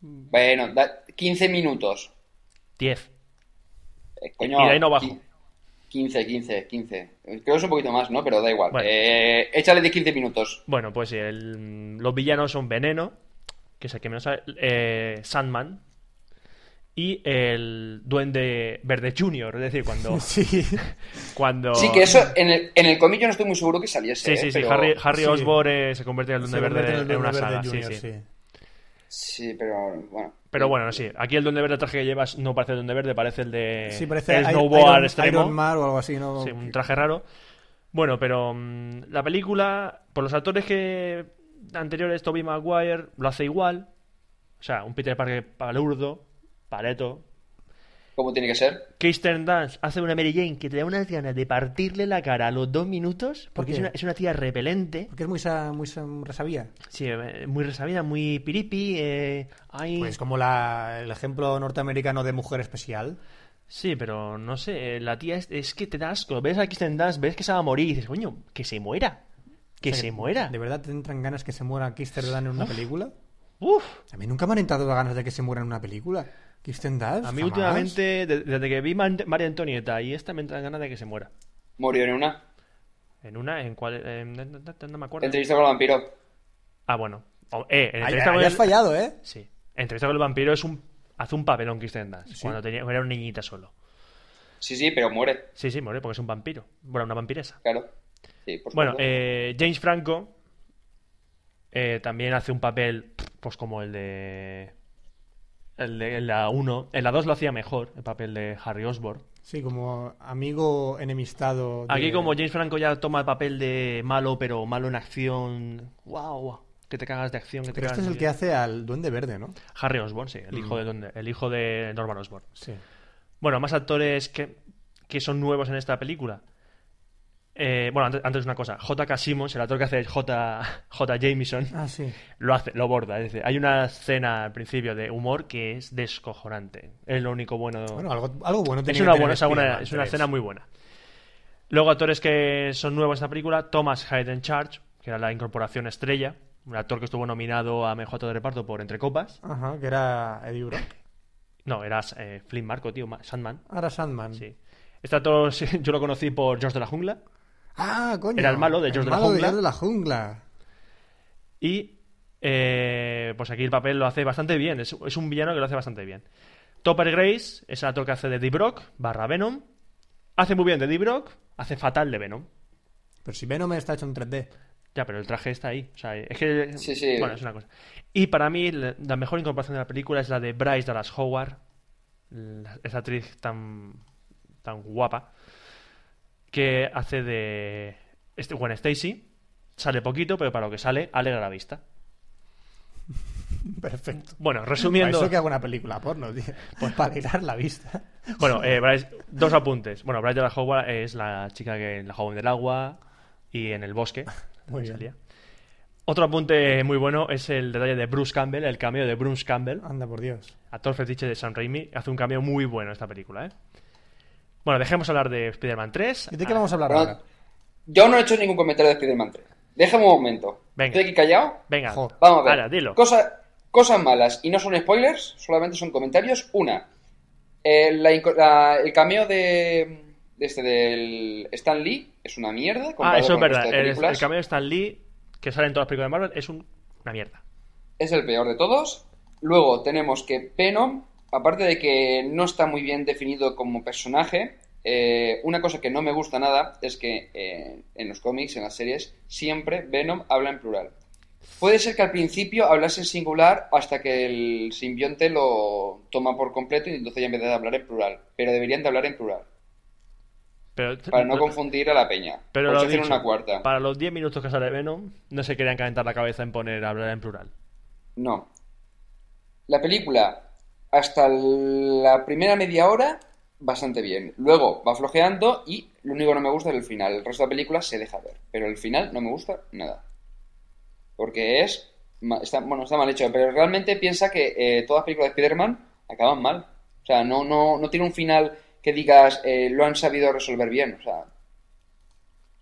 Bueno, da 15 minutos.
10.
Eh, coño,
Y de ahí no bajo.
qui- 15, 15, 15. Creo que es un poquito más, ¿no? Pero da igual.
Bueno.
Eh, échale de 15 minutos.
Bueno, pues el- los villanos son Veneno, que es el que menos sabe, eh, Sandman y el Duende Verde Junior. Es decir, cuando.
Sí,
cuando...
Sí, que eso en el, en el cómic yo no estoy muy seguro que saliese.
Sí,
eh,
sí, sí.
pero-
Harry, Harry
Sí.
Osborn eh, se convierte en el
Se
Duende Verde
convierte en el
en una
Duende Verde
saga. sí,
Junior,
sí.
Sí, pero bueno.
Pero bueno, sí. Aquí el Duende Verde, el traje que llevas, no parece el Duende Verde, parece el de.
Sí, parece
Eh, el
Iron-
snowboard
Iron,
extremo.
Iron Man o algo así, ¿no?
Sí, un traje raro. Bueno, pero mm, la película, por los actores que anteriores, Tobey Maguire lo hace igual. O sea, un Peter Parker palurdo, paleto.
¿Cómo tiene que ser?
Kirsten Dunst hace una Mary Jane que te da unas ganas de partirle la cara a los dos minutos porque
qué?
es una, es una tía repelente.
Porque es muy, sa- muy, sa- resabía.
Sí, eh, muy resabida, muy piripi. eh, ay-
Pues como la, el ejemplo norteamericano de mujer especial.
Sí, pero no sé, eh, la tía es, es que te da asco. Ves a Kirsten Dunst, ves que se va a morir y dices, coño, que se muera. Que
O sea,
se muera.
¿De verdad te entran ganas que se muera Kirsten Dunst en una película?
Uf.
A mí nunca me han entrado ganas de que se muera en una película. Kirsten Dunst.
A mí
jamás.
últimamente, de- desde que vi Man- María Antonieta y esta, me entran ganas de que se muera.
Murió en una
En una, en cuál... en- no, no- no- no me acuerdo.
entrevista con el vampiro.
Ah, bueno. O- eh, en
Ay,
entrevista
ay,
con
has
el...
fallado, ¿eh?
Sí. Entrevista con el vampiro es un... Hace un papelón Kirsten Dunst, cuando tenía, era una niñita solo.
Sí, sí, pero muere,
Sí, sí, muere porque es un vampiro. Bueno, una vampiresa.
claro. Sí, por
Bueno,
supuesto.
eh, James Franco eh, también hace un papel, pues como el de... El de en la 1. En la 2 lo hacía mejor, el papel de Harry Osborn.
Sí, como amigo enemistado. de-
Aquí como James Franco ya toma el papel de malo, pero malo en acción. Wow, que te cagas de acción, que te
Pero
cagas
este es el
de-
que hace al Duende Verde, ¿no?
Harry Osborn, sí, el hijo de donde, el hijo de Norman Osborn.
Sí.
Bueno, más actores que, que son nuevos en esta película. Eh, bueno, antes, antes una cosa, J.K. Simmons, el actor que hace J. J. Jameson,
Ah, sí.
lo hace, lo borda. Es decir, hay una escena al principio de humor que es descojonante. Es lo único bueno.
Bueno, algo, algo bueno
Es
tenía
una,
que
buena,
tener
es una buena-
Spider-Man
es una
3.
escena muy buena. Luego, actores que son nuevos en esta película: Thomas Hayden Church, que era la incorporación estrella, un actor que estuvo nominado a mejor actor de reparto por Entre Copas.
Ajá, que era Eddie Brock.
No, era eh, Flynn Marco, tío, Ma- Sandman.
Ahora Sandman.
Sí. Este actor sí, yo lo conocí por George de la Jungla.
Ah, coño.
Era el malo de George de la
malo
Jungla.
George de la Jungla.
Y eh, pues aquí el papel lo hace bastante bien. Es, es un villano que lo hace bastante bien. Topper Grace es el actor que hace de D-Brock barra Venom. Hace muy bien de D-Brock, hace fatal de Venom.
Pero si Venom está hecho en 3D.
Ya, pero el traje está ahí. O sea, es que.
Sí, sí.
Bueno, es una cosa. Y para mí, la la mejor incorporación de la película es la de Bryce Dallas Howard, la- esa actriz tan, tan guapa, que hace de. Este, Gwen Stacy. Sale poquito, pero para lo que sale, alegra la vista.
Perfecto.
Bueno,
Para
resumiendo.
eso que hago una película porno, tío. Pues para alegrar la vista.
Bueno, eh, Bryce, dos apuntes. Bueno, Bryce de la Howard es la chica que la joven del agua y en el bosque.
Muy bien.
Salía. Otro apunte muy bueno es el detalle de Bruce Campbell, el cameo de Bruce Campbell,
Anda, por Dios.
actor fetiche de Sam Raimi. Hace un cameo muy bueno esta película, ¿eh? Bueno, dejemos hablar de Spider-Man 3.
¿Y de qué
Ah,
vamos a hablar
Bueno,
ahora?
Yo no he hecho ningún comentario de Spider-Man 3. Déjame un momento.
Venga.
Estoy aquí callado.
Ah, Venga,
Jo.
Vamos a ver.
Ahora, dilo.
Cosa- cosas malas y no son spoilers, solamente son comentarios. Una, eh, la inco- la- el cameo de, de este del Stan Lee es una mierda.
Ah,
comparado
eso es
con el resto
verdad.
de
El,
películas.
el cameo de Stan Lee, que sale en todas las películas de Marvel, es un- una mierda.
es el peor de todos. Luego tenemos que Venom, aparte de que no está muy bien definido como personaje, eh, una cosa que no me gusta nada es que eh, en los cómics, en las series, siempre Venom habla en plural. Puede ser que al principio hablase en singular hasta que el simbionte lo toma por completo y entonces ya empieza a hablar en plural. Pero deberían de hablar en plural
Pero,
para no confundir a la peña.
Pero
Por
lo
eso hacen
dicho,
una cuarta.
Para los 10 minutos que sale Venom, no se querían calentar la cabeza en poner hablar en plural.
No. La película, hasta la primera media hora, bastante bien. Luego va flojeando y lo único que no me gusta es el final. El resto de la película se deja ver. Pero el final no me gusta nada. Porque es. ma- Está, bueno, está mal hecho. Pero realmente piensa que eh, todas las películas de Spider-Man acaban mal. O sea, no, no, no tiene un final que digas eh, lo han sabido resolver bien. O sea,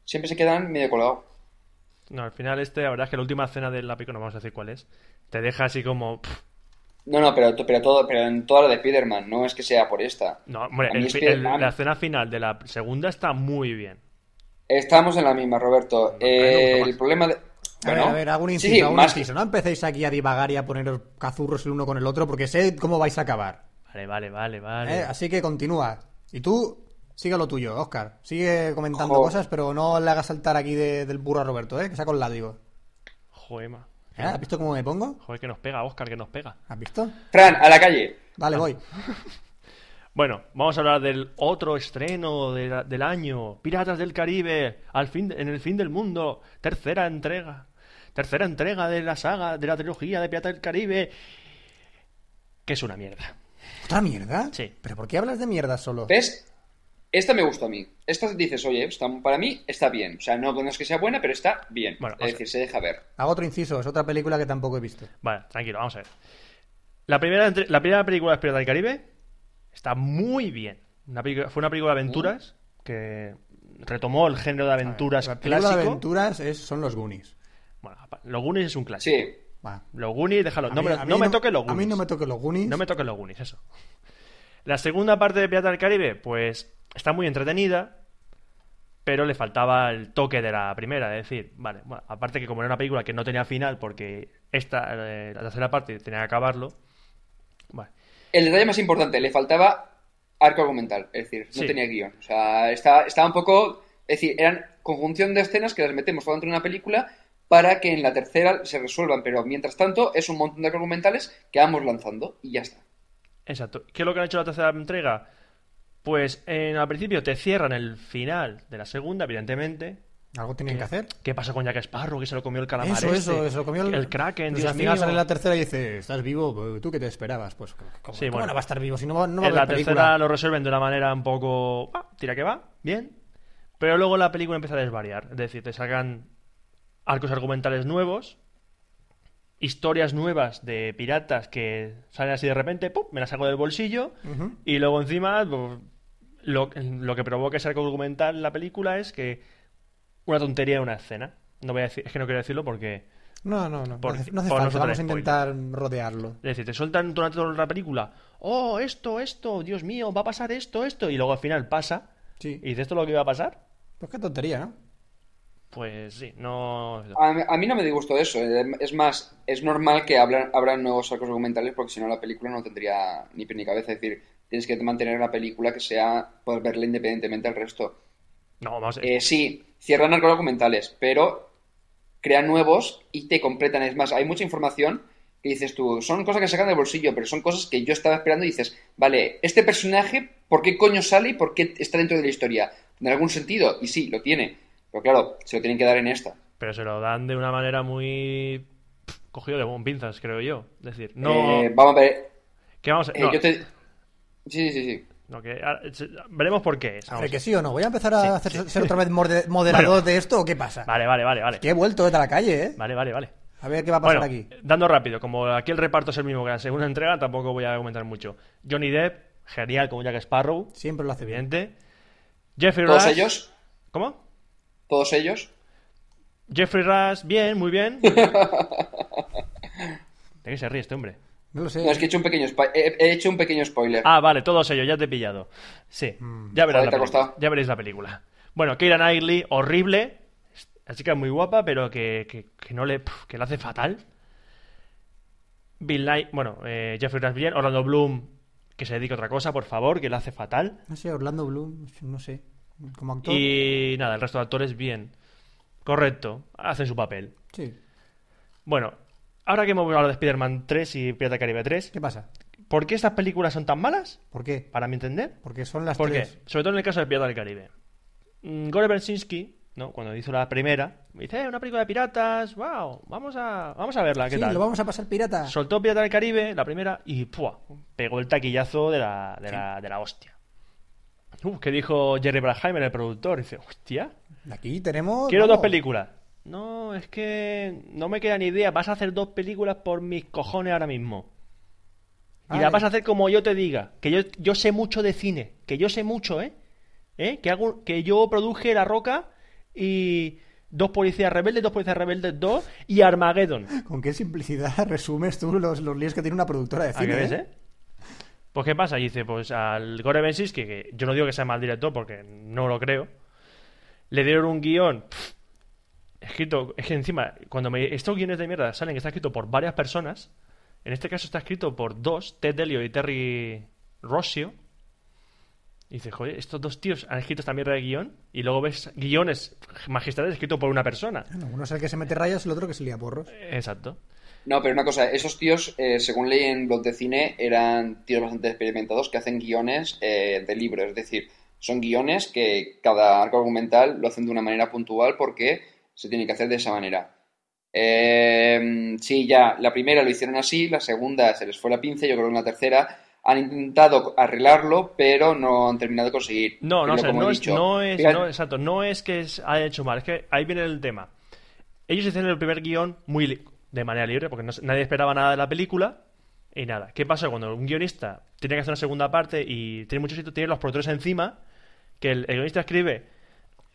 siempre se quedan medio colados.
No, al final este, la verdad es que la última escena de la pico, no vamos a decir cuál es, te deja así como... pff,
No, no, pero, pero, todo, pero en toda la de Spider-Man. No es que sea por esta.
no, hombre,
A mí
el-
Spider-Man-
el- la escena final de la segunda está muy bien.
Estamos en la misma, Roberto.
a mí me gusta
Eh,
más.
el problema de...
A ver,
Bueno,
a ver, hago un
sí,
inciso,
sí,
hago un
más que-
inciso. No empecéis aquí a divagar y a poneros cazurros el uno con el otro porque sé cómo vais a acabar.
Vale, vale, vale, vale.
¿eh? Así que continúa. Y tú, sigue lo tuyo, Oscar. Sigue comentando
Ojo.
cosas, pero no le hagas saltar aquí de- del burro a Roberto, ¿eh? que saco el látigo.
Joder, ma.
¿Eh? ¿Has visto cómo me pongo?
Joder, que nos pega, Oscar, que nos pega.
¿Has visto?
Fran, a la calle.
Vale, voy.
Bueno, vamos a hablar del otro estreno de la- del año. Piratas del Caribe, al fin, de- en el fin del mundo, tercera entrega. Tercera entrega de la saga, de la trilogía de Piratas del Caribe. Que es una mierda.
¿Otra mierda?
Sí.
¿Pero por qué hablas de mierda solo?
¿Ves? Esta me gusta a mí. Esta dices, oye, está- para mí está bien. O sea, no, no es que sea buena, pero está bien.
Bueno, o
es
sea-
decir, se deja ver.
Hago otro inciso, es otra película que tampoco he visto.
Vale, tranquilo, vamos a ver. La primera, entre- la primera película de Piratas del Caribe está muy bien. Una película- fue una película de aventuras que retomó el género de aventuras
Uh. La película
clásico.
de aventuras es- son los Goonies.
Bueno, apa- los Goonies es un clásico.
Sí.
Va.
Los Goonies, déjalo.
A
No,
mí-
me,
a
no
mí
me toques los
A
Goonies.
mí no me toques los Goonies.
No me toques los Goonies, eso. La segunda parte de Piratas del Caribe, pues está muy entretenida, pero le faltaba el toque de la primera. Es decir, vale, bueno, aparte que como era una película que no tenía final, porque esta, eh, la tercera parte tenía que acabarlo. Vale.
El detalle más importante, le faltaba arco argumental. Es decir, no
Sí.
tenía guión. O sea, está- estaba un poco... Es decir, eran conjunción de escenas que las metemos dentro de una película para que en la tercera se resuelvan. Pero mientras tanto, es un montón de arco argumentales que vamos lanzando y ya está.
Exacto. ¿Qué es lo que han hecho en la tercera entrega? Pues en, al principio te cierran el final de la segunda, evidentemente.
Algo tienen que hacer.
¿Qué pasó con Jack Sparrow? Que se lo comió el calamar
Eso,
Eh, este?
eso, eso. Comió el,
el Kraken,
Y
Dios
al final
mío.
sale la tercera y dice, ¿estás vivo? ¿Tú qué te esperabas? Pues, ¿cómo, cómo-
Sí,
cómo
bueno.
no va a estar vivo si no va, no va a
en la
haber
tercera
película?
lo resuelven de una manera un poco. ah, tira que va, bien. Pero luego la película empieza a desvariar. Es decir, te sacan arcos argumentales nuevos, historias nuevas de piratas que salen así de repente, ¡pum! Me las saco del bolsillo.
Ujú.
Y luego encima, pues, lo, lo que provoca ese arco argumental en la película es que una tontería en una escena. No voy a decir, es que no quiero decirlo porque.
No, no, no.
Por-
no hace, no hace
por
falta.
nosotros
Vamos a
spoiler.
intentar rodearlo.
Es decir, te sueltan durante toda la película. Oh, esto, esto, Dios mío, va a pasar esto, esto. Y luego al final pasa.
Sí.
¿Y dices esto es lo que iba a pasar?
Pues qué tontería, ¿no?
Pues sí, no.
A, mí- a mí no me disgustó eso. eh, Es más, es normal que hablan, abran nuevos arcos argumentales porque si no la película no tendría ni pie ni cabeza. Es decir, tienes que mantener la película que sea, poder verla independientemente del resto.
No, vamos a
Eh, sí, cierran arcos argumentales, pero crean nuevos y te completan. Es más, hay mucha información que dices tú, son cosas que sacan del bolsillo, pero son cosas que yo estaba esperando y dices, vale, este personaje, ¿por qué coño sale y por qué está dentro de la historia? ¿Tendrá algún sentido? Y sí, lo tiene. Pero claro, se lo tienen que dar en esta.
Pero se lo dan de una manera muy. pff, cogido de bon pinzas, creo yo. Es decir, no.
Eh, vamos a ver.
que vamos a-
Eh,
no,
yo te- Sí, sí, sí.
no, que ahora- se- veremos por qué es.
A
vamos.
ver, que sí o no. Voy a empezar a
Sí,
hacer,
sí.
ser otra vez morde- moderador
Bueno.
de esto o qué pasa.
Vale, vale, vale, vale.
Que he vuelto de la calle, ¿eh?
Vale, vale, vale.
A ver qué va a pasar
Bueno,
aquí.
dando rápido, como aquí el reparto es el mismo que la segunda entrega, tampoco voy a comentar mucho. Johnny Depp, genial como Jack Sparrow,
Siempre lo hace bien.
evidente. Jeffrey
¿Todos
Rush.
ellos?
¿Cómo?
¿Todos ellos?
Jeffrey Rush, bien, muy bien. ¿De qué se ríe este hombre?
No lo sé.
No, Pues es que he hecho un pequeño, spo- he, he hecho un pequeño spoiler.
Ah, vale, todos ellos, ya te he pillado. Sí, ya verás, la
Joder, te ha
película,
costado.
ya veréis la película. Bueno, Keira Knightley, horrible. La chica es muy guapa, pero que, que- que no le, pf, que la hace fatal. Bill Nye, bueno, eh, Jeffrey Rush bien. Orlando Bloom, que se dedique a otra cosa, por favor, que la hace fatal.
No sé, Orlando Bloom, no sé. Como actor.
Y nada, el resto de actores bien. Correcto, hacen su papel.
Sí.
Bueno, ahora que hemos hablado de Spider-Man 3 y Pirata del Caribe 3,
¿Qué pasa?
¿por qué estas películas son tan malas?
¿Por qué?
Para mi entender.
Porque son las
¿Por qué?
tres.
Sobre todo en el caso de Pirata del Caribe. Mm, Gore Bersinski, ¿no? cuando hizo la primera, me dice, eh, una película de piratas, wow, vamos a, vamos a verla, ¿qué
Sí,
tal?
lo vamos a pasar pirata.
Soltó Pirata del Caribe, la primera, y ¡pua! pegó el taquillazo de la, de la, de la hostia. Uf, ¿Qué dijo Jerry Bruckheimer, el productor? Dice, hostia,
Aquí tenemos.
quiero
vamos,
dos películas. No, es que no me queda ni idea, vas a hacer dos películas por mis cojones ahora mismo. Y
Vale.
la vas a hacer como yo te diga. Que yo, yo sé mucho de cine. Que yo sé mucho, ¿eh? ¿Eh? Que, hago, que yo produje La Roca y dos policías rebeldes, dos policías rebeldes, dos y Armageddon.
¿Con qué simplicidad resumes tú los, los líos que tiene una productora de
¿A
cine?
qué ves,
eh?
eh? Pues ¿qué pasa? Y dice, pues al Gore Bensinski, que yo no digo que sea mal director porque no lo creo, le dieron un guión pff, escrito, es que encima, cuando me, estos guiones de mierda salen que está escrito por varias personas, en este caso está escrito por dos, Ted Delio y Terry Rossio, y dices, joder, estos dos tíos han escrito esta mierda de guión y luego ves guiones magistrales escritos por una persona.
Bueno, uno es el que se mete rayas, el otro que se lía porros.
Exacto.
No, pero una cosa, esos tíos, eh, según leí en blog de cine, eran tíos bastante experimentados que hacen guiones eh, de libros. Es decir, son guiones que cada arco argumental lo hacen de una manera puntual porque se tiene que hacer de esa manera. Eh, sí, ya, la primera lo hicieron así, la segunda se les fue la pinza, yo creo que en la tercera han intentado arreglarlo, pero no han terminado de conseguir.
No, no,
Pero
o sea,
como he
no, es,
dicho,
no es,
fíjate-
no, exacto, no es que es, haya hecho mal, es que ahí viene el tema. Ellos hicieron el primer guión muy li- de manera libre, porque no se- nadie esperaba nada de la película, y nada. ¿Qué pasa cuando un guionista tiene que hacer una segunda parte y tiene muchos sitios, tiene los productores encima, que el, el guionista escribe,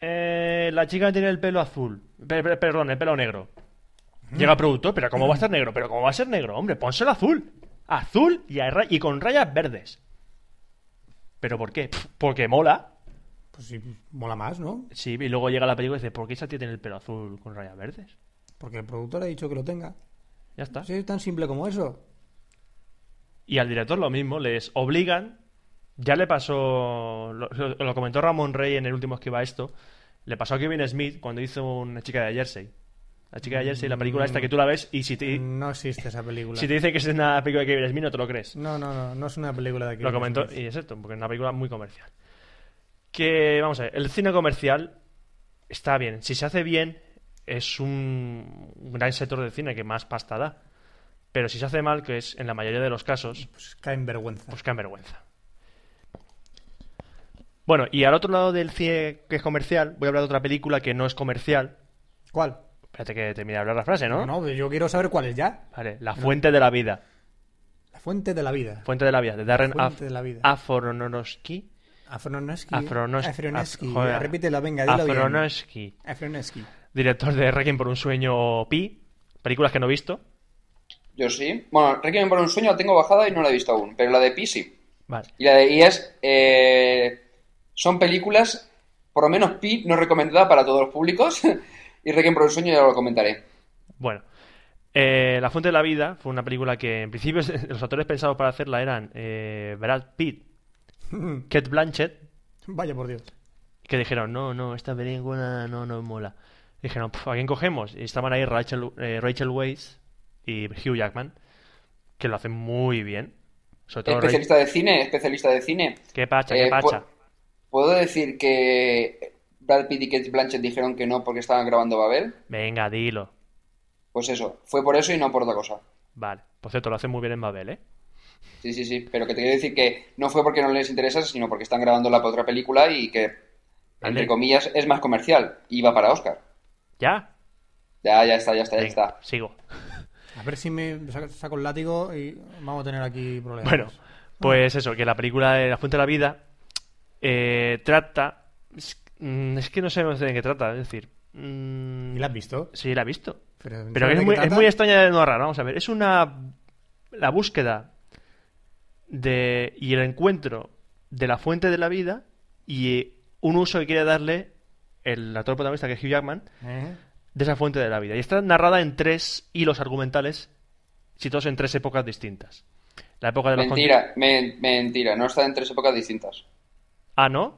eh, la chica tiene el pelo azul, pe- pe- perdón, el pelo negro.
Mm.
Llega el productor, pero ¿cómo va a estar negro? ¿Pero cómo va a ser negro? Hombre, pónselo azul. Azul y, a ra- y con rayas verdes. ¿Pero por qué? Pf, Porque mola.
Pues sí, mola más, ¿no?
Sí, y luego llega la película y dice, ¿por qué esa tía tiene el pelo azul con rayas verdes?
Porque el productor ha dicho que lo tenga.
Ya está.
Sí, es tan simple como eso.
Y al director lo mismo, les obligan. Ya le pasó, lo, lo- lo comentó Ramón Rey en el último esquiva esto. Le pasó a Kevin Smith cuando hizo una chica de Jersey. La chica de Jersey, la película esta que tú la ves y si te,
No existe esa película.
si te dice que es una película de Kevin Smith no te lo crees.
No, no, no, no es una película de aquí.
Lo comentó, y es esto, porque es una película muy comercial. Que, vamos a ver, el cine comercial está bien. Si se hace bien, es un gran sector de cine que más pasta da. Pero si se hace mal, que es en la mayoría de los casos,
Pues cae en vergüenza.
pues qué vergüenza. Bueno, y al otro lado del cine que es comercial, voy a hablar de otra película que no es comercial.
¿Cuál?
Espérate que termine de hablar la frase, ¿no?
No, yo quiero saber cuál es ya.
Vale, La Fuente de la Vida.
La fuente de la vida.
Fuente de la Vida, de Darren
Fuente
Af-
de la Vida.
Afronoski.
Afronoski.
Afronos-
Afronoski.
Af- joder.
Repítelo, venga, dilo bien.
Afronoski.
Afronoski.
Director de Requiem por un sueño Pi. Películas que no he visto.
Yo sí. Bueno, Requiem por un sueño la tengo bajada y no la he visto aún, pero la de Pi sí.
Vale.
Y la de IAS eh, son películas, por lo menos Pi no recomendada para todos los públicos. y Requiem por un sueño ya lo comentaré.
Bueno. Eh, la Fuente de la Vida fue una película que en principio los actores pensados para hacerla eran eh, Brad Pitt, Kate Blanchett,
Vaya por Dios.
que dijeron, no, no, esta película no nos mola. Dijeron, "Pf, ¿a quién cogemos? Y estaban ahí Rachel, eh, Rachel Weisz y Hugh Jackman, que lo hacen muy bien. Sobre todo Rachel-
Especialista de cine, especialista de cine.
¿Qué pacha, qué
Eh,
pacha?
pu- ¿Puedo decir que Brad Pitt y Kate Blanchett dijeron que no porque estaban grabando Babel?
Venga, dilo.
Pues eso, fue por eso y no por otra cosa.
Vale. Por cierto, lo hacen muy bien en Mabel, ¿eh?
Sí, sí, sí, pero que te quiero decir que no fue porque no les interesa, sino porque están grabando la otra película y que, entre
Vale.
comillas, es más comercial y va para Oscar.
¿Ya?
Ya, ya está, ya está, ya
Venga,
está.
Sigo.
A ver si me saco, saco el látigo y vamos a tener aquí problemas.
Bueno, pues eso, que la película de La Fuente de la Vida eh, trata. Es, mm, es que no sé de qué trata, es decir. mm,
¿Y la has visto?
Sí, la he visto.
Pero,
Pero
¿sabes
es
de
muy,
qué
es
trata?
muy extraña de no rara, vamos a ver. Es una. La búsqueda de y el encuentro de la fuente de la vida y eh, un uso que quiere darle el actor protagonista, que es Hugh Jackman,
¿Eh?
de esa fuente de la vida. Y está narrada en tres hilos argumentales, situados en tres épocas distintas. La época de los
Mentira, men- mentira, no está en tres épocas distintas.
con- Ah, ¿no?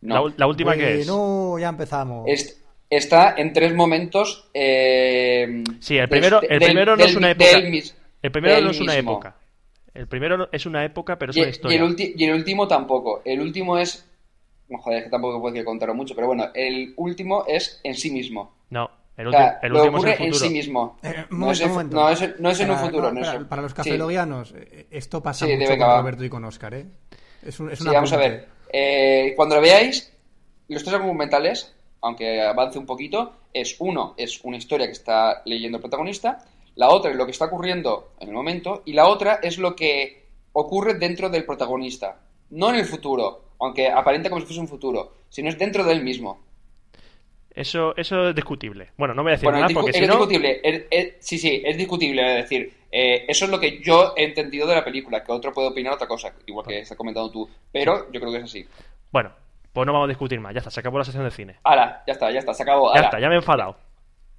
No.
La, ul- la última que es.
Bueno, ya empezamos.
Es- está en tres momentos. eh,
Sí, el
des-
primero, el
del-
primero no
del-
es una
del
época.
mis-
El primero
del
no es una
mismo.
época. El primero no- es una época, pero es
Y,
una
y
historia.
el ulti- y el último tampoco. El último es. No, joder, es que tampoco puedo decir contarlo mucho, pero bueno, el último es en sí mismo.
No, el,
O sea,
ulti- el
lo
último es
ocurre
el
en
futuro.
sí mismo.
Eh, un
no, es
momento,
en,
un momento.
no es- no es en un
Para-
futuro.
no,
no es
para,
en-
para los
sí.
cafelogianos, eh, esto pasa
Sí,
mucho
venga,
con
va.
Roberto y con Oscar, ¿eh? Es un, es
Sí,
un
vamos a
apunte.
ver. Eh, cuando lo veáis, los tres argumentales, aunque avance un poquito, es uno, es una historia que está leyendo el protagonista, la otra es lo que está ocurriendo en el momento, y la otra es lo que ocurre dentro del protagonista. No en el futuro, aunque aparenta como si fuese un futuro, sino es dentro del mismo.
Eso, eso es discutible. Bueno, no voy a decir
Bueno, es,
nada
discu-
porque
es
si no.
discutible. es- es- sí, sí, es discutible. Es decir, eh, eso es lo que yo he entendido de la película, que otro puede opinar otra cosa, igual que estás comentando tú, pero yo creo que es así.
Bueno, pues no vamos a discutir más. Ya está, se acabó la sesión de cine.
Ahora, ya está, ya está, se acabó.
Ya
ala.
está, ya me he enfadado.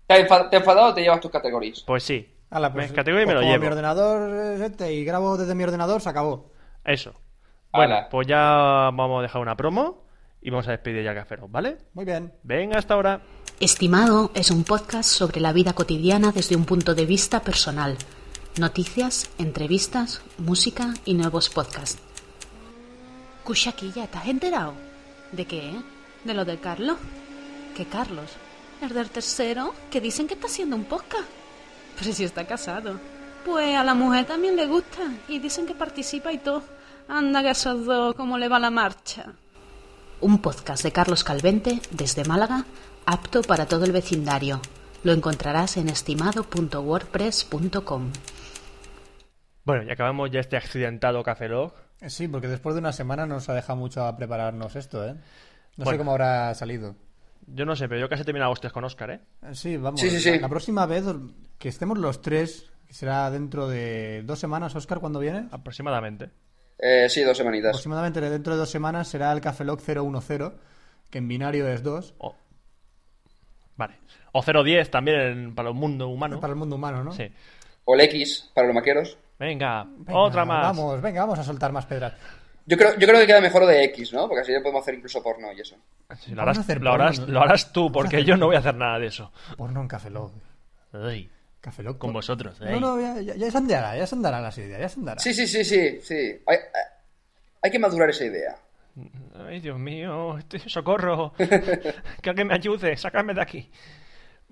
¿Te has enfa- te has enfadado o te llevas tus categorías?
Pues sí.
Ala,
me categoría y me
pues
lo
como
llevo.
mi ordenador es este y grabo desde mi ordenador, se acabó.
Eso. Bueno,
Ala.
pues ya vamos a dejar una promo y vamos a despedir ya Cafero, ¿vale?
Muy bien.
Venga, hasta ahora.
Estimado es un podcast sobre la vida cotidiana desde un punto de vista personal. Noticias, entrevistas, música y nuevos podcasts. Cuchaquilla, ¿estás enterado? ¿De qué? ¿De lo del Carlos? ¿Qué Carlos? ¿El del tercero? Que dicen que está haciendo un podcast. Pero si está casado. Pues a la mujer también le gusta y dicen que participa y todo. Anda que a esos dos, ¿cómo le va la marcha? un podcast de Carlos Calvente desde Málaga, apto para todo el vecindario. Lo encontrarás en estimado.wordpress.com.
Bueno, y acabamos ya este accidentado Café Lock.
Eh, Sí, porque después de una semana nos ha dejado mucho a prepararnos esto, ¿eh? No sé
Bueno.
cómo habrá salido.
Yo no sé, pero yo casi he terminado hostias con Oscar, ¿eh?
Eh, Sí, vamos.
Sí, sí, sí.
La, la próxima vez que estemos los tres, que será dentro de dos semanas, Oscar, cuando viene?
Aproximadamente.
Eh, sí, dos semanitas.
Aproximadamente dentro de dos semanas será el Cafeloc 010, que en binario es 2.
O... Vale. O 010 también en- para el mundo humano.
Para el mundo humano, ¿no?
Ah, Sí.
O el X para los maqueros.
Venga,
Venga,
otra más.
Vamos, venga, vamos a soltar más pedras.
Yo creo, yo creo que queda mejor lo de X, ¿no? Porque así le podemos hacer incluso porno y eso.
Sí, lo, harás,
Vamos a hacer
lo harás-
porno, ¿no?
lo harás tú,
Vamos a
porque
hacer
yo no voy a hacer nada de eso.
Porno en Cafeloc.
Ay,
Cafeloc.
con vosotros. eh.
No,
ay.
no, ya, ya, ya se andará, ya se andará las ideas, ya se andará.
Sí, sí, sí, sí, sí. Hay, hay que madurar esa idea.
Ay, Dios mío, este- socorro. que alguien me ayude, sacarme de aquí.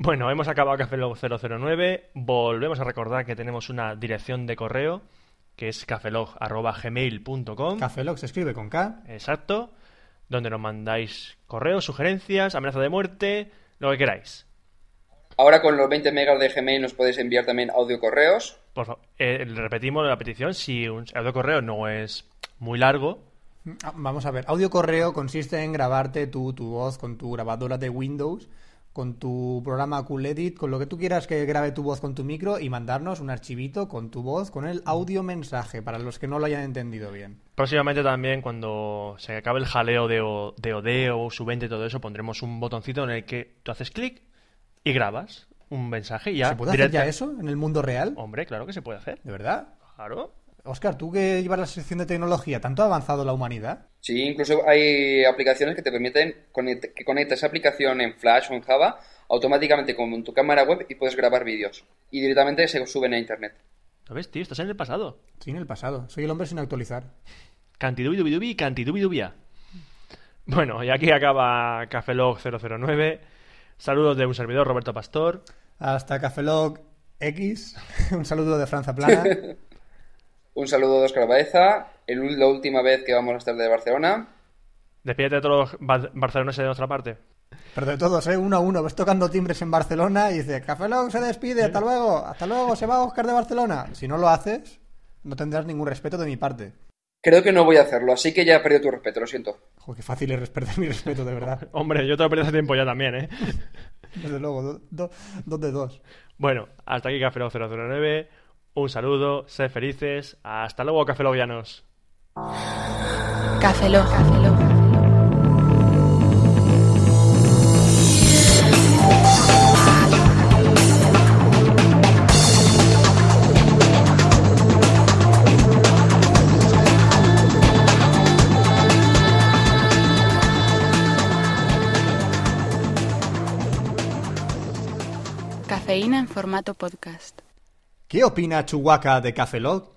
Bueno, hemos acabado Café Lock 009. Volvemos a recordar que tenemos una dirección de correo que es cafelog.gmail.com.
Cafeloc se escribe con K.
Exacto. Donde nos mandáis correos, sugerencias, amenaza de muerte, lo que queráis.
Ahora con los 20 megas de Gmail nos podéis enviar también audio correos.
Por favor, eh, repetimos la petición. Si un audio correo no es muy largo,
Ah, Vamos a ver, audio correo consiste en grabarte tú, tu voz con tu grabadora de Windows, con tu programa Cool Edit, con lo que tú quieras que grabe tu voz con tu micro y mandarnos un archivito con tu voz, con el audio mensaje, para los que no lo hayan entendido bien.
próximamente también, cuando se acabe el jaleo de, o, de Odeo, Subente y todo eso, pondremos un botoncito en el que tú haces clic y grabas un mensaje y ya.
¿Se puede hacer
directa- Oh.
ya eso en el mundo real?
Hombre, claro que se puede hacer.
¿De verdad?
Claro.
Oscar, tú que llevas la sección de tecnología, ¿tanto ha avanzado la humanidad?
Sí, incluso hay aplicaciones que te permiten conect- que conectas esa aplicación en Flash o en Java automáticamente con tu cámara web y puedes grabar vídeos. Y directamente se suben a Internet.
¿Lo ves, tío? Estás en el pasado.
Sí, en el pasado. Soy el hombre sin actualizar.
Cantidubidubidubí, cantidubidubia. Bueno, y aquí acaba Cafelog 009. Saludos de un servidor, Roberto Pastor.
Hasta Cafeloc X, un saludo de Franza Plana.
Un saludo de Oscar Baeza. El, la última vez que vamos a estar de Barcelona.
Despídete de todos los bar- barceloneses de nuestra parte.
Pero de todos, ¿eh? Uno a uno. Ves tocando timbres en Barcelona y dices, Café Lock se despide, hasta luego, hasta luego, se va Oscar de Barcelona. Si no lo haces, no tendrás ningún respeto de mi parte.
Creo que no voy a hacerlo, así que ya he perdido tu respeto, lo siento.
Joder, qué fácil es perder mi respeto, de verdad.
Hombre, yo te lo perdí hace tiempo ya también, ¿eh?
Desde luego, do- do- dos de dos.
Bueno, hasta aquí Café Lock 009. Un saludo, sed felices. Hasta luego, Café Lovianos.
Café Lock. Cafeína en formato podcast.
¿Qué opina Chuhuaca de Café Lock?